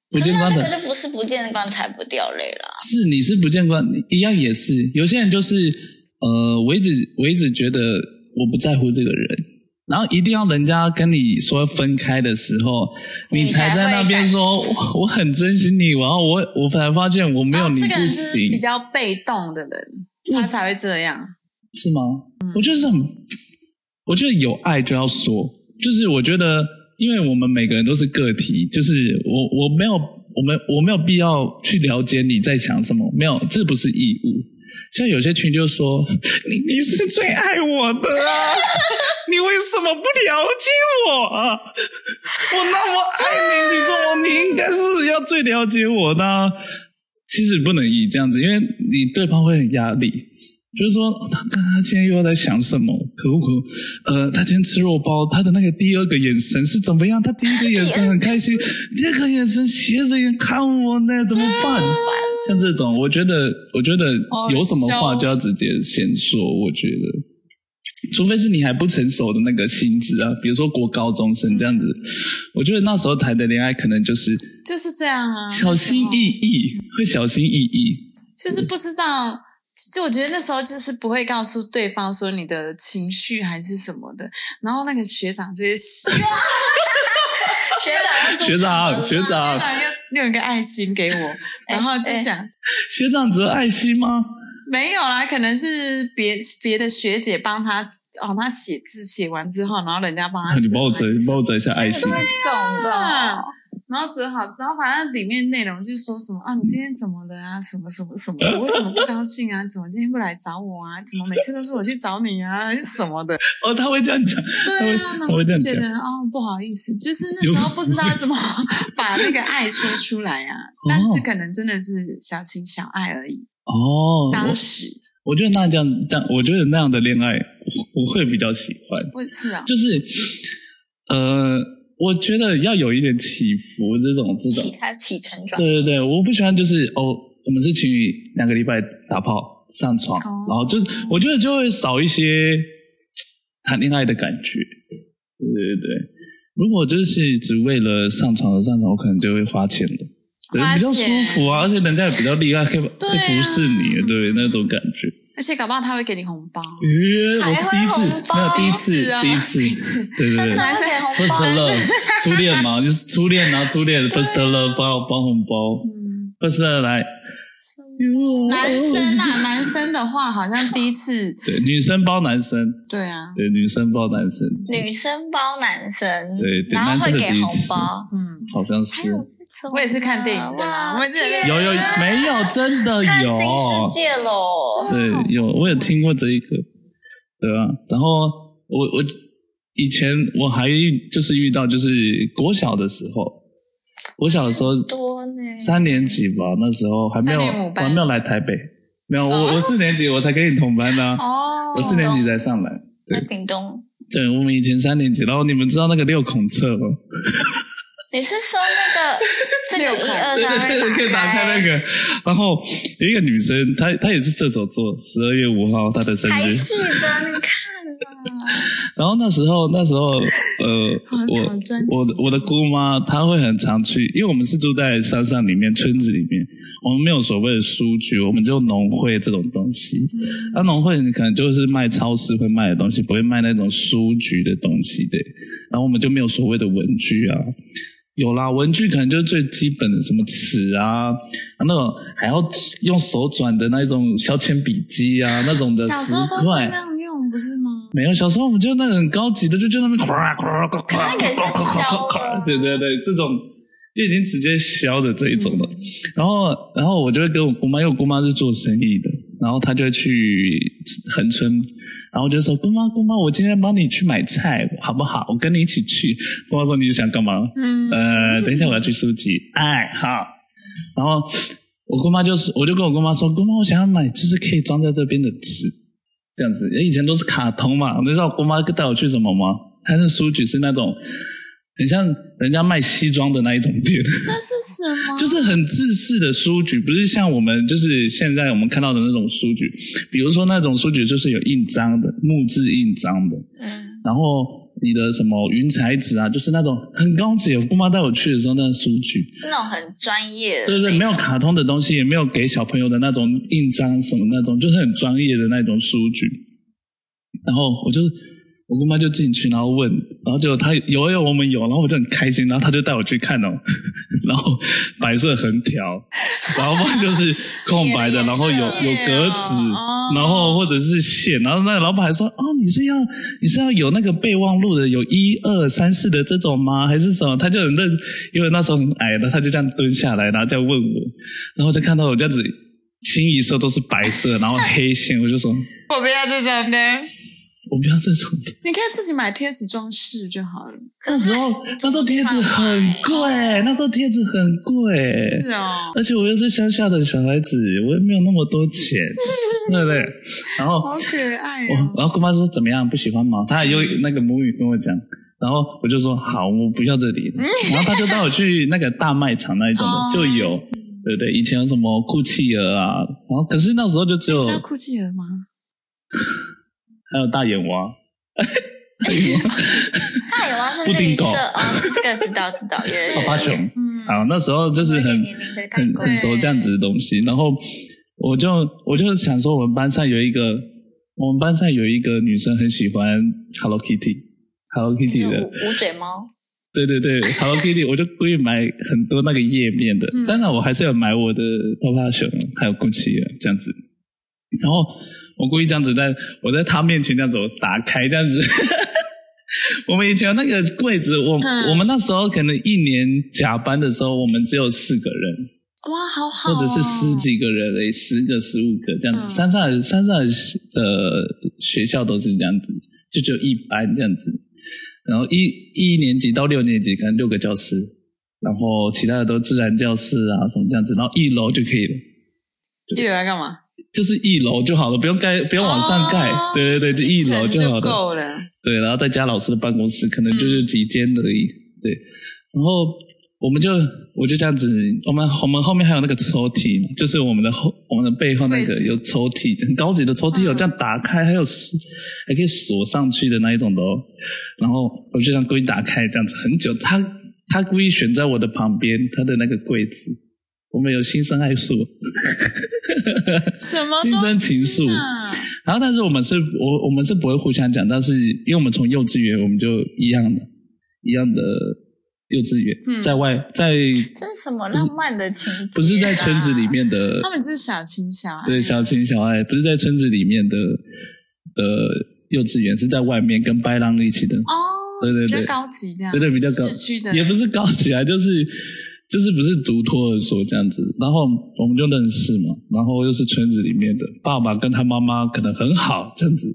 [SPEAKER 1] 不
[SPEAKER 2] 可
[SPEAKER 1] 见
[SPEAKER 2] 是他
[SPEAKER 1] 棺
[SPEAKER 2] 这
[SPEAKER 1] 材
[SPEAKER 2] 个就不是不见棺材不掉泪啦。
[SPEAKER 1] 是你是不见棺，你一样也是。有些人就是呃，我一直我一直觉得我不在乎这个人。然后一定要人家跟你说分开的时候，
[SPEAKER 2] 你
[SPEAKER 1] 你才
[SPEAKER 2] 才
[SPEAKER 1] 在
[SPEAKER 2] 会
[SPEAKER 1] 那边
[SPEAKER 2] 感
[SPEAKER 1] 说我我很珍惜你，然后我我才发现我没有
[SPEAKER 2] 啊
[SPEAKER 3] 然后
[SPEAKER 1] 你
[SPEAKER 3] 哦这
[SPEAKER 1] 不
[SPEAKER 3] 个人就是
[SPEAKER 1] 行，
[SPEAKER 3] 比较被动的人，他才会这样。
[SPEAKER 1] 是吗？我就是很，我觉得有爱就要说，就是我觉得，因为我们每个人都是个体，就是我我没有我们我没有必要去了解你在想什么，没有，这不是义务。像有些群就说你你是最爱我的啊， 你为什么不了解我啊？我那么爱你，你怎么你应该是要最了解我的啊、其实不能以这样子，因为你对方会很压力。就是说，哦他看他今天又要在想什么？可不可？呃，他今天吃肉包，他的那个第二个眼神是怎么样？他第一个眼神很开心， 第二个眼神斜着眼看我呢，怎么 办？像这种，我觉得，我觉得
[SPEAKER 3] 好
[SPEAKER 1] 有什么话
[SPEAKER 3] 笑
[SPEAKER 1] 就要直接先说。我觉得，除非是你还不成熟的那个心智啊，比如说国高中生这样子，
[SPEAKER 3] 嗯
[SPEAKER 1] 我觉得那时候谈的恋爱可能就是
[SPEAKER 3] 就是这样啊，
[SPEAKER 1] 小心翼翼，会小心翼翼。
[SPEAKER 3] 就是不知道。就我觉得那时候就是不会告诉对方说你的情绪还是什么的，然后那个学 长就是
[SPEAKER 2] 学长要出
[SPEAKER 1] 学
[SPEAKER 2] 场
[SPEAKER 1] 长，啊
[SPEAKER 2] 了
[SPEAKER 1] 学
[SPEAKER 2] 啦，
[SPEAKER 1] 长哎
[SPEAKER 3] 学，长又又有个爱心给我， 然后就想、
[SPEAKER 1] 学长只有爱心吗？
[SPEAKER 3] 没有啦，可能是别别的学姐帮他，哦，他写字写完之后，然后人家帮他、
[SPEAKER 1] 你帮我折，你帮我折一下爱心。
[SPEAKER 2] 这种的
[SPEAKER 3] 啊。然后折好，然后反正里面内容就说什么啊，你今天怎么了啊，什么什么什么的，为什么不高兴啊？怎么今天不来找我啊？怎么每次都是我去找你啊？ 什么的，
[SPEAKER 1] 哦，他会这样讲，
[SPEAKER 3] 对
[SPEAKER 1] 他会他
[SPEAKER 3] 啊，然后
[SPEAKER 1] 会这
[SPEAKER 3] 就
[SPEAKER 1] 样
[SPEAKER 3] 觉
[SPEAKER 1] 讲
[SPEAKER 3] 得哦，不好意思，就是那时候不知道怎么把那个爱说出来啊，但是可能真的是小情小爱而已。
[SPEAKER 1] 哦。
[SPEAKER 3] 当
[SPEAKER 1] 我
[SPEAKER 3] 时
[SPEAKER 1] 我觉得那这样，但我觉得那样的恋爱，我我会比较喜欢。
[SPEAKER 3] 不是啊，
[SPEAKER 1] 就是呃，我觉得要有一点起伏，这种这
[SPEAKER 2] 起
[SPEAKER 1] 种，
[SPEAKER 2] 他起承转，
[SPEAKER 1] 对对对，我不喜欢就是哦，我们是情侣，两个礼拜打炮上床，
[SPEAKER 3] 哦
[SPEAKER 1] 然后就我觉得就会少一些嘖谈恋爱的感觉，对对对。如果就是只为了上床而上床，我可能就会花钱了，对
[SPEAKER 3] 花
[SPEAKER 1] 比较
[SPEAKER 3] 钱
[SPEAKER 1] 舒服啊，而且人家也比较厉害，可以把
[SPEAKER 3] 对
[SPEAKER 1] 可以服侍你，
[SPEAKER 3] 啊
[SPEAKER 1] 对那种感觉。
[SPEAKER 3] 而且搞不好他会给你红包。
[SPEAKER 1] 呃，我
[SPEAKER 2] 还
[SPEAKER 1] 是第一
[SPEAKER 2] 会
[SPEAKER 1] 次
[SPEAKER 2] 红，包
[SPEAKER 1] 没有第一次
[SPEAKER 3] 是，啊
[SPEAKER 1] 第一次，对对
[SPEAKER 2] 真
[SPEAKER 1] 对
[SPEAKER 2] 的。会给红
[SPEAKER 1] First
[SPEAKER 2] 包。
[SPEAKER 1] love，初恋嘛，就是初恋，然后初恋 first love 包包红包
[SPEAKER 3] 嗯，
[SPEAKER 1] ，first love 来，
[SPEAKER 3] 男生
[SPEAKER 1] 哦
[SPEAKER 3] 啊，男生的话好像第一次，
[SPEAKER 1] 对，女生包男生，
[SPEAKER 3] 对啊，
[SPEAKER 1] 对，女生包男生，
[SPEAKER 2] 女生包男生，
[SPEAKER 1] 嗯对对
[SPEAKER 2] 然后会
[SPEAKER 1] 男
[SPEAKER 2] 给
[SPEAKER 1] 生的
[SPEAKER 2] 红
[SPEAKER 1] 第一次
[SPEAKER 2] 包。
[SPEAKER 3] 嗯，
[SPEAKER 1] 好像
[SPEAKER 2] 还
[SPEAKER 1] 是
[SPEAKER 2] 有这种，
[SPEAKER 3] 我也是看电影的啦，
[SPEAKER 1] 啊
[SPEAKER 3] 我也
[SPEAKER 1] 有有没有真的
[SPEAKER 2] 看
[SPEAKER 1] 有
[SPEAKER 2] 新世界喽。
[SPEAKER 1] 对，有，我有听过这一个，对啊。然后我我以前我还遇就是遇到就是国小的时候，国小的时候
[SPEAKER 2] 多呢
[SPEAKER 1] 三年级吧，那时候还没有
[SPEAKER 3] 三年五
[SPEAKER 1] 我
[SPEAKER 3] 班
[SPEAKER 1] 还没有来台北，没有我我四年级我才跟你同班的 啊、
[SPEAKER 3] 哦
[SPEAKER 1] 我四年级才上来。对
[SPEAKER 2] 屏东，
[SPEAKER 1] 对，我们以前三年级，然后你们知道那个六孔册吗？
[SPEAKER 2] 你是说 那个这个
[SPEAKER 3] 六
[SPEAKER 2] 一
[SPEAKER 3] 孔
[SPEAKER 2] 二
[SPEAKER 1] 对
[SPEAKER 2] 三
[SPEAKER 1] 对 对，可以
[SPEAKER 2] 会
[SPEAKER 1] 打开那
[SPEAKER 2] 个，
[SPEAKER 1] 个。然后有一个女生，她她也是射手座，十二月五号她的生
[SPEAKER 2] 还
[SPEAKER 1] 日。
[SPEAKER 2] 记得你看啊？
[SPEAKER 1] 然后那时候，那时候，呃，
[SPEAKER 3] 好
[SPEAKER 1] 我
[SPEAKER 3] 好专情
[SPEAKER 1] 我的我的姑妈她会很常去，因为我们是住在山上里面村子里面，我们没有所谓的书局，我们只有农会这种东西。
[SPEAKER 3] 嗯
[SPEAKER 1] 那、农会你可能就是卖超市会卖的东西，不会卖那种书局的东西的。然后我们就没有所谓的文具啊，有啦，文具可能就是最基本的，什么尺啊，啊那种还要用手转的那种削铅笔机啊，那种的
[SPEAKER 3] 小
[SPEAKER 1] 十
[SPEAKER 3] 时候都
[SPEAKER 1] 块
[SPEAKER 3] 那。样用不是吗？
[SPEAKER 1] 没有，小时候我们就那个很高级的，就就那边咵咵咵咵
[SPEAKER 2] 那
[SPEAKER 1] 咵
[SPEAKER 2] 个是削
[SPEAKER 1] 咵
[SPEAKER 2] 啊
[SPEAKER 1] 咵，对对对，这种就已经直接削的这一种
[SPEAKER 2] 嗯
[SPEAKER 1] 了。然后，然后我就会跟我姑妈，因为我姑妈是做生意的，然后她就会去横村，然后我就说姑妈姑妈，我今天帮你去买菜好不好？我跟你一起去。姑妈说你想干嘛？
[SPEAKER 3] 嗯，
[SPEAKER 1] 呃，等一下我要去书籍，哎，好。然后我姑妈就是，我就跟我姑妈说，姑妈，我想要买就是可以装在这边的纸，这样子。因为以前都是卡通嘛，你知道我姑妈带我去什么吗？她是书局，是那种很像人家卖西装的那一种店，
[SPEAKER 3] 那是什么？
[SPEAKER 1] 就是很自式的书局，不是像我们就是现在我们看到的那种书局，比如说那种书局就是有印章的，木质印章的，
[SPEAKER 2] 嗯，
[SPEAKER 1] 然后你的什么云彩纸啊，就是那种很高级。我姑妈带我去的时候，那个书局，
[SPEAKER 2] 那种很专业的那
[SPEAKER 1] 对
[SPEAKER 2] 种，
[SPEAKER 1] 对，没有卡通的东西，也没有给小朋友的那种印章什么那种，就是很专业的那种书局。然后我就我姑妈就进去，然后问，然后就她有有我们有，然后我就很开心，然后她就带我去看哦， 然后白色横条，然后不然就是空白的，
[SPEAKER 2] 别的颜色
[SPEAKER 1] 然后有有格子，
[SPEAKER 3] 哦
[SPEAKER 1] 然后或者是线，然后那个老板还说哦，你是要你是要有那个备忘录的，有一二三四的这种吗？还是什么？他就很认，因为那时候很矮的，他就这样蹲下来，然后再问我，然后就看到我这样子清一色都是白色，然后黑线，我就说
[SPEAKER 3] 我不要这种的，
[SPEAKER 1] 我不要这种的。
[SPEAKER 3] 你可以自己买贴纸装饰就好了。
[SPEAKER 1] 那时候那时候贴纸很贵，那时候贴纸很贵，
[SPEAKER 3] 是哦，
[SPEAKER 1] 而且我又是乡下的小孩子，我又没有那么多钱，对不对？然后
[SPEAKER 3] 好可爱
[SPEAKER 1] 我
[SPEAKER 3] 哦。
[SPEAKER 1] 然后姑妈说怎么样不喜欢吗？她还用那个母语跟我讲，然后我就说好，我不要这里了。然后她就带我去那个大卖场那一种的，
[SPEAKER 3] 哦
[SPEAKER 1] 就有，对不对？以前有什么酷企鹅啊，然后可是那时候就只有
[SPEAKER 3] 你知道酷企鹅吗？
[SPEAKER 1] 还有大眼蛙，
[SPEAKER 2] 大眼蛙是
[SPEAKER 1] 布
[SPEAKER 2] 绿
[SPEAKER 1] 丁狗
[SPEAKER 2] 色哦，这个知道知道，有有有
[SPEAKER 1] 泡
[SPEAKER 2] 有
[SPEAKER 1] 泡熊，
[SPEAKER 3] 嗯，
[SPEAKER 1] 好，那时候就是啊很
[SPEAKER 2] 有一点年龄的代
[SPEAKER 1] 很
[SPEAKER 2] 沟
[SPEAKER 1] 很熟这样子的东西，然后我就我就想说，我们班上有一个，我们班上有一个女生很喜欢 Hello Kitty，Hello
[SPEAKER 2] 就
[SPEAKER 1] Kitty
[SPEAKER 2] 是
[SPEAKER 3] 哎
[SPEAKER 1] 的，
[SPEAKER 2] 捂捂嘴猫，
[SPEAKER 1] 对对对，Hello Kitty，我就故意买很多那个页面的，
[SPEAKER 3] 嗯
[SPEAKER 1] 当然我还是有买我的泡泡熊，还有 GUCCI 的这样子。然后我故意这样子在我在他面前这样子我打开这样子。 我们以前有那个柜子，我、
[SPEAKER 3] 嗯
[SPEAKER 1] 我们那时候可能一年甲班的时候，我们只有四个人，
[SPEAKER 3] 哇，好好、哦，
[SPEAKER 1] 或者是十几个人诶，十个、十五个这样子。
[SPEAKER 3] 嗯
[SPEAKER 1] 山上山上的学校都是这样子，就只有一班这样子。然后一一年级到六年级可能六个教室，然后其他的都自然教室啊什么这样子。然后一楼就可以了，
[SPEAKER 3] 一人来干嘛？
[SPEAKER 1] 就是一楼就好了，不用盖，不用往上盖。
[SPEAKER 3] 哦
[SPEAKER 1] 对对对，就一楼
[SPEAKER 3] 层就
[SPEAKER 1] 好了。
[SPEAKER 3] 够了。
[SPEAKER 1] 对，然后再加老师的办公室，可能就是几间而已。对，然后我们就我就这样子，我们我们后面还有那个抽屉，就是我们的后我们的背后那
[SPEAKER 3] 柜
[SPEAKER 1] 个
[SPEAKER 3] 子
[SPEAKER 1] 有抽屉，很高级的抽屉，有这样打开，还有锁还可以锁上去的那一种的哦。然后我就这样故意打开，这样子很久，他他故意选在我的旁边，他的那个柜子。我们有新生爱树，
[SPEAKER 3] 什么
[SPEAKER 1] 新生情愫
[SPEAKER 3] 啊？
[SPEAKER 1] 然后但是我们是我我们是不会互相讲，但是因为我们从幼稚园我们就一样的，一样的幼稚园，
[SPEAKER 3] 嗯
[SPEAKER 1] 在外在
[SPEAKER 2] 这是什么浪漫的情节、啊？
[SPEAKER 1] 不是在村子里面的，
[SPEAKER 3] 他们就是小情小爱，
[SPEAKER 1] 对小情小爱，不是在村子里面的呃幼稚园，是在外面跟白狼一起的，
[SPEAKER 3] 哦，
[SPEAKER 1] 对对对
[SPEAKER 3] 比较高级的，
[SPEAKER 1] 对对，比较高，
[SPEAKER 3] 市区的，
[SPEAKER 1] 也不是高级啊，就是就是不是读托儿所这样子。然后我们就认识嘛，然后又是村子里面的，爸爸跟他妈妈可能很好这样子。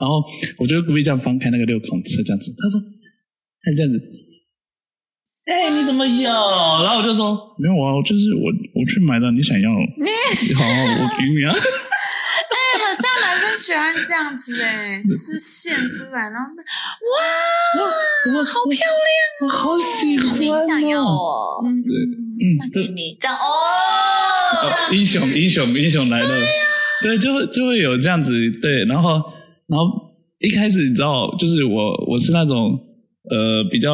[SPEAKER 1] 然后我就故意这样翻开那个六孔车这样子，他说，他这样子，哎、你怎么有？然后我就说没有啊，我就是我我去买的，你想要，好，我给你啊。
[SPEAKER 3] 哎，好像男生喜欢这样子哎，就是现出来，然后哇，
[SPEAKER 1] 我
[SPEAKER 3] 好漂亮，
[SPEAKER 1] 我好喜欢、哦，嗯
[SPEAKER 2] 你想要哦，
[SPEAKER 3] 嗯，
[SPEAKER 2] 那给你这样哦，这 样
[SPEAKER 1] 英雄英雄英雄来了，对，就会就会有这样子对，然后然后一开始你知道，就是我我是那种呃比较，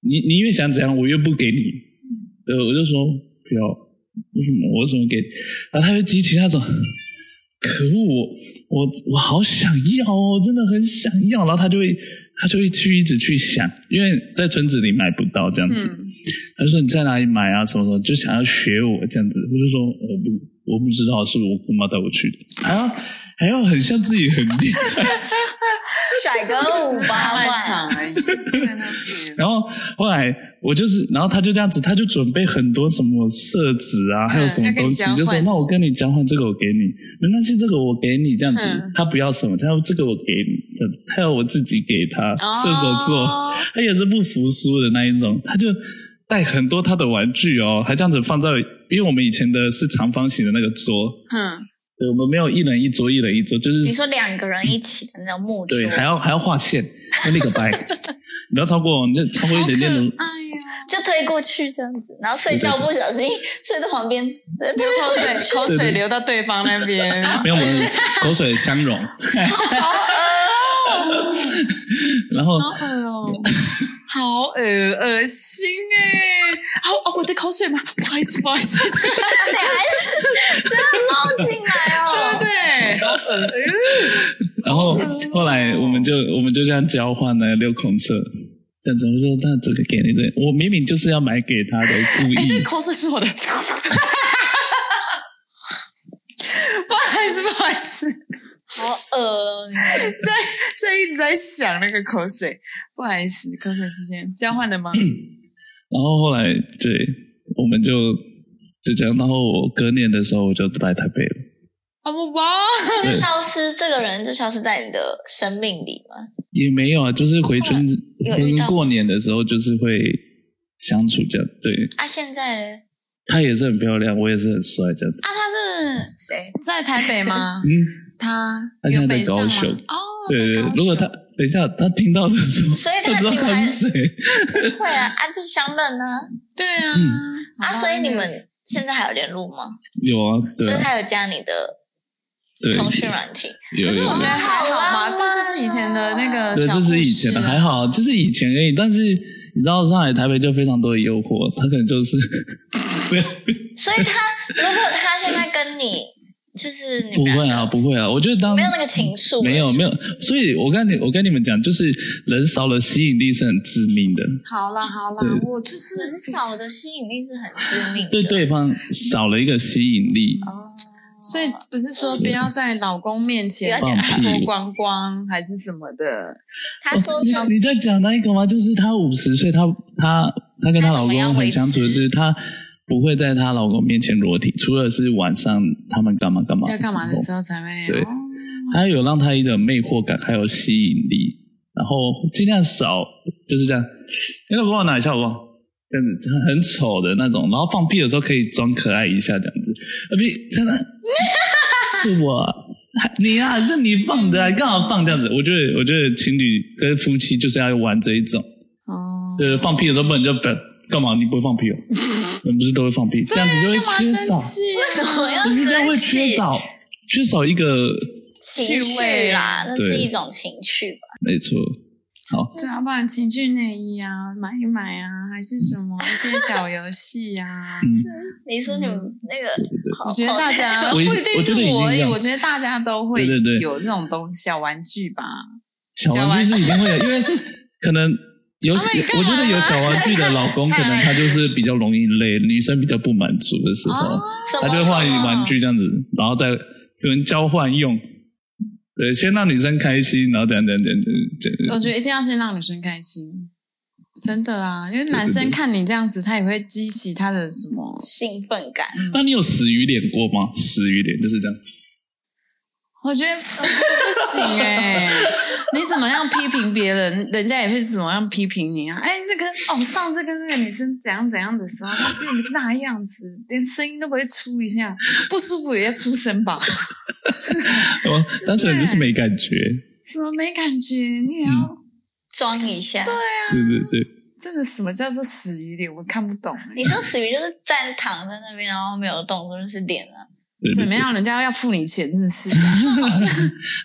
[SPEAKER 1] 你你越想怎样，我越不给你，对，我就说不要，为什么我为什么给你？然后他就激起那种。可恶，我我我好想要哦，真的很想要。然后他就会他就会去一直去想，因为在村子里买不到这样子。
[SPEAKER 3] 嗯，
[SPEAKER 1] 他说你在哪里买啊？什么什么，就想要学我这样子。我就说我不我不知道，是我姑妈带我去的。然后还要很像自己很厉 害。
[SPEAKER 2] 甩个五八
[SPEAKER 3] 卖
[SPEAKER 2] 万，
[SPEAKER 3] 场而已，在那边。
[SPEAKER 1] 然后后来我就是，然后他就这样子，他就准备很多什么色纸啊，还有什么东西
[SPEAKER 3] 嗯他跟，你
[SPEAKER 1] 就
[SPEAKER 3] 交
[SPEAKER 1] 说
[SPEAKER 3] 换
[SPEAKER 1] 那我跟你交换这个我给你，没关系，这个我给你这样子
[SPEAKER 3] 嗯。
[SPEAKER 1] 他不要什么，他要这个我给你，这样他要我自己给他。射手座，
[SPEAKER 3] 哦
[SPEAKER 1] 他也是不服输的那一种，他就带很多他的玩具哦，还这样子放在，因为我们以前的是长方形的那个桌，
[SPEAKER 3] 哼，
[SPEAKER 1] 对，我们没有一人一桌，一人一桌，就是
[SPEAKER 2] 你说两个人一起的那种木桌
[SPEAKER 1] 对，，还要还要画线，用立可 白，不要超过，你就超过一
[SPEAKER 3] 好
[SPEAKER 1] 点点
[SPEAKER 3] 可
[SPEAKER 1] 的。
[SPEAKER 3] 爱呀！
[SPEAKER 2] 就推过去这样子，然后睡觉不小心睡到旁边，对对
[SPEAKER 3] 口水口
[SPEAKER 1] 对对
[SPEAKER 3] 水流到对方那边，
[SPEAKER 1] 没有，我们口水相 融。然后
[SPEAKER 3] 好恶哦，好恶恶心哎！好哦，我的口水吗？不好意思，不好意思，
[SPEAKER 2] 猫进来
[SPEAKER 3] 对
[SPEAKER 2] 哦
[SPEAKER 3] 不。对？好恶
[SPEAKER 1] 然后后来我们就我们就这样交换了六孔册，这样子我说那这个给你的，我明明就是要买给他的，故意
[SPEAKER 3] 哎，这个口水是我的。 不好意思，不好意思，
[SPEAKER 2] 好恶 哦你
[SPEAKER 3] 在在一直在想那个口水，不好意思，口水时间交换了 吗？
[SPEAKER 1] 然后后来对，我们就就这样。然后我隔年的时候我就来台北了。
[SPEAKER 3] 好哦不啊吧，
[SPEAKER 2] 就消失，这个人就消失在你的生命里嘛。
[SPEAKER 1] 也没有啊，就是回村子
[SPEAKER 2] 有
[SPEAKER 1] 回
[SPEAKER 2] 遇到
[SPEAKER 1] 过年的时候，就是会相处这样。对，
[SPEAKER 2] 啊，现在呢？
[SPEAKER 1] 她也是很漂亮，我也是很帅这样子。
[SPEAKER 3] 啊，他是
[SPEAKER 2] 谁？
[SPEAKER 3] 在台北 吗？
[SPEAKER 1] 嗯，
[SPEAKER 3] 他
[SPEAKER 1] 他现
[SPEAKER 3] 有
[SPEAKER 1] 在在
[SPEAKER 3] 北上
[SPEAKER 1] 高
[SPEAKER 3] 吗
[SPEAKER 1] 雄？
[SPEAKER 3] 哦，
[SPEAKER 1] 对对
[SPEAKER 3] 在
[SPEAKER 1] 对
[SPEAKER 3] 高雄。
[SPEAKER 1] 如果她等一下她听到的时候，
[SPEAKER 2] 所以
[SPEAKER 1] 她
[SPEAKER 2] 她
[SPEAKER 1] 知道
[SPEAKER 2] 喜
[SPEAKER 1] 她
[SPEAKER 2] 欢
[SPEAKER 1] 是谁。
[SPEAKER 2] 会啊，啊，就是相认呢。
[SPEAKER 1] 嗯
[SPEAKER 3] 对啊，
[SPEAKER 2] 啊，
[SPEAKER 3] 好吧
[SPEAKER 2] 所以你们
[SPEAKER 3] 那个
[SPEAKER 2] 现在还有联络吗？
[SPEAKER 1] 有啊，对
[SPEAKER 2] 所以
[SPEAKER 1] 啊，
[SPEAKER 2] 他有加你的
[SPEAKER 1] 对，
[SPEAKER 2] 通讯软体，
[SPEAKER 1] 有
[SPEAKER 3] 可是
[SPEAKER 1] 有
[SPEAKER 3] 我
[SPEAKER 1] 有
[SPEAKER 3] 觉得还好
[SPEAKER 2] 好
[SPEAKER 3] 嘛，
[SPEAKER 2] 浪漫哦
[SPEAKER 3] 这就是以前的那个
[SPEAKER 1] 对，这
[SPEAKER 3] 小故事、啊。
[SPEAKER 1] 是以前的，还好，这是以前而已。但是你知道上海、台北就非常多的诱惑，她可能就是 不要
[SPEAKER 2] 所以他如果他现在跟你就是你
[SPEAKER 1] 不
[SPEAKER 2] 们
[SPEAKER 1] 会
[SPEAKER 2] 两
[SPEAKER 1] 啊，
[SPEAKER 2] 个
[SPEAKER 1] 不会啊。我觉得当
[SPEAKER 2] 没有那个情愫，
[SPEAKER 1] 没有没有，所以我跟你我跟你们讲，就是人少了吸引力是很致命的。
[SPEAKER 3] 好啦好啦，
[SPEAKER 1] 对
[SPEAKER 3] 我就是
[SPEAKER 2] 很少的吸引力是很致命的。
[SPEAKER 1] 对对方少了一个吸引力，
[SPEAKER 2] 哦，
[SPEAKER 3] 所以不是说不要在老公面前
[SPEAKER 2] 不
[SPEAKER 1] 要讲
[SPEAKER 3] 脱光光还是什么的，
[SPEAKER 2] 他说
[SPEAKER 3] 哦
[SPEAKER 2] 要
[SPEAKER 1] 你你在讲那一个吗？就是她五十岁，她她她跟她
[SPEAKER 2] 她
[SPEAKER 1] 老
[SPEAKER 2] 怎么样
[SPEAKER 1] 公很相处，
[SPEAKER 2] 维
[SPEAKER 1] 就
[SPEAKER 2] 持
[SPEAKER 1] 是她不会在她老公面前裸体，除了是晚上他们干嘛干嘛
[SPEAKER 3] 要干嘛的
[SPEAKER 1] 时候
[SPEAKER 3] 时候才会。
[SPEAKER 1] 对
[SPEAKER 3] 哦
[SPEAKER 1] 他有让他一种魅惑感，还有吸引力，然后尽量少，就是这样。哎那个帮我拿一下好不好？这样子很很丑的那种，然后放屁的时候可以装可爱一下这样子。啊屁，真 的是我啊，你啊，是你放的、啊，干嘛放这样子？我觉得，我觉得情侣跟夫妻就是要玩这一种，
[SPEAKER 3] 哦，
[SPEAKER 1] 就是放屁的时候不能就表干嘛？你不会放 屁哦？你不是都会放屁？这样子就会
[SPEAKER 3] 哦干嘛
[SPEAKER 1] 缺
[SPEAKER 3] 生
[SPEAKER 1] 少，
[SPEAKER 3] 气啊？
[SPEAKER 2] 为什么要
[SPEAKER 1] 不是这样会
[SPEAKER 2] 生
[SPEAKER 1] 缺
[SPEAKER 2] 气？
[SPEAKER 1] 少缺少一个，
[SPEAKER 2] 情
[SPEAKER 3] 趣
[SPEAKER 2] 绪
[SPEAKER 3] 味
[SPEAKER 2] 啦，那是
[SPEAKER 1] 对
[SPEAKER 2] 一种情趣吧。
[SPEAKER 1] 没错。好，
[SPEAKER 3] 对啊，不然情趣内衣啊，买一买啊，还是什么一些小游戏啊。
[SPEAKER 1] 嗯，
[SPEAKER 2] 你说你们那个，好
[SPEAKER 3] 嗯我觉得
[SPEAKER 2] 好
[SPEAKER 3] 大家
[SPEAKER 1] 我
[SPEAKER 3] 不
[SPEAKER 1] 一
[SPEAKER 3] 一定是我
[SPEAKER 1] 我觉得一
[SPEAKER 3] 而
[SPEAKER 1] 定
[SPEAKER 3] 已，
[SPEAKER 1] 要
[SPEAKER 3] 我觉得大家都会
[SPEAKER 1] 对对对
[SPEAKER 3] 有这种东西小玩具吧。
[SPEAKER 1] 小玩具是一定会有，因 为可能有，
[SPEAKER 3] 他们哦干嘛
[SPEAKER 1] 我觉得有小玩具的老公，可 能他就是比较容易累，女生比较不满足的时候，
[SPEAKER 3] 哦
[SPEAKER 2] 什
[SPEAKER 1] 他
[SPEAKER 2] 么
[SPEAKER 1] 就会换
[SPEAKER 2] 什么
[SPEAKER 1] 玩具这样子，然后再有人交换用。对，先让女生开心，然后怎样怎样怎样怎样怎
[SPEAKER 3] 我
[SPEAKER 1] 样。
[SPEAKER 3] 觉得一定要先让女生开心，真的啊，因为男生看你这样子，他也会激起他的什么？
[SPEAKER 2] 兴奋感。
[SPEAKER 3] 嗯
[SPEAKER 1] 那你有死鱼脸过吗？死鱼脸就是这样。
[SPEAKER 3] 我觉得呃不行哎、你怎么样批评别人，人家也会怎么样批评你啊？哎，这个哦，上次跟那个女生怎样怎样的时候，她竟然那样子，连声音都不会出一下，不舒服也要出声吧？
[SPEAKER 1] 我哦单纯就是没感觉。
[SPEAKER 3] 怎么没感觉？你也要、
[SPEAKER 1] 嗯
[SPEAKER 2] 装一下。对，啊
[SPEAKER 3] 啊
[SPEAKER 1] 对对对，
[SPEAKER 3] 这个什么叫做死鱼脸？我看不懂、
[SPEAKER 2] 你说死鱼就是站躺在那边，然后没有动作，就是脸啊。
[SPEAKER 1] 对对
[SPEAKER 3] 怎
[SPEAKER 1] 对
[SPEAKER 3] 么样？人家要付你钱，真的 是。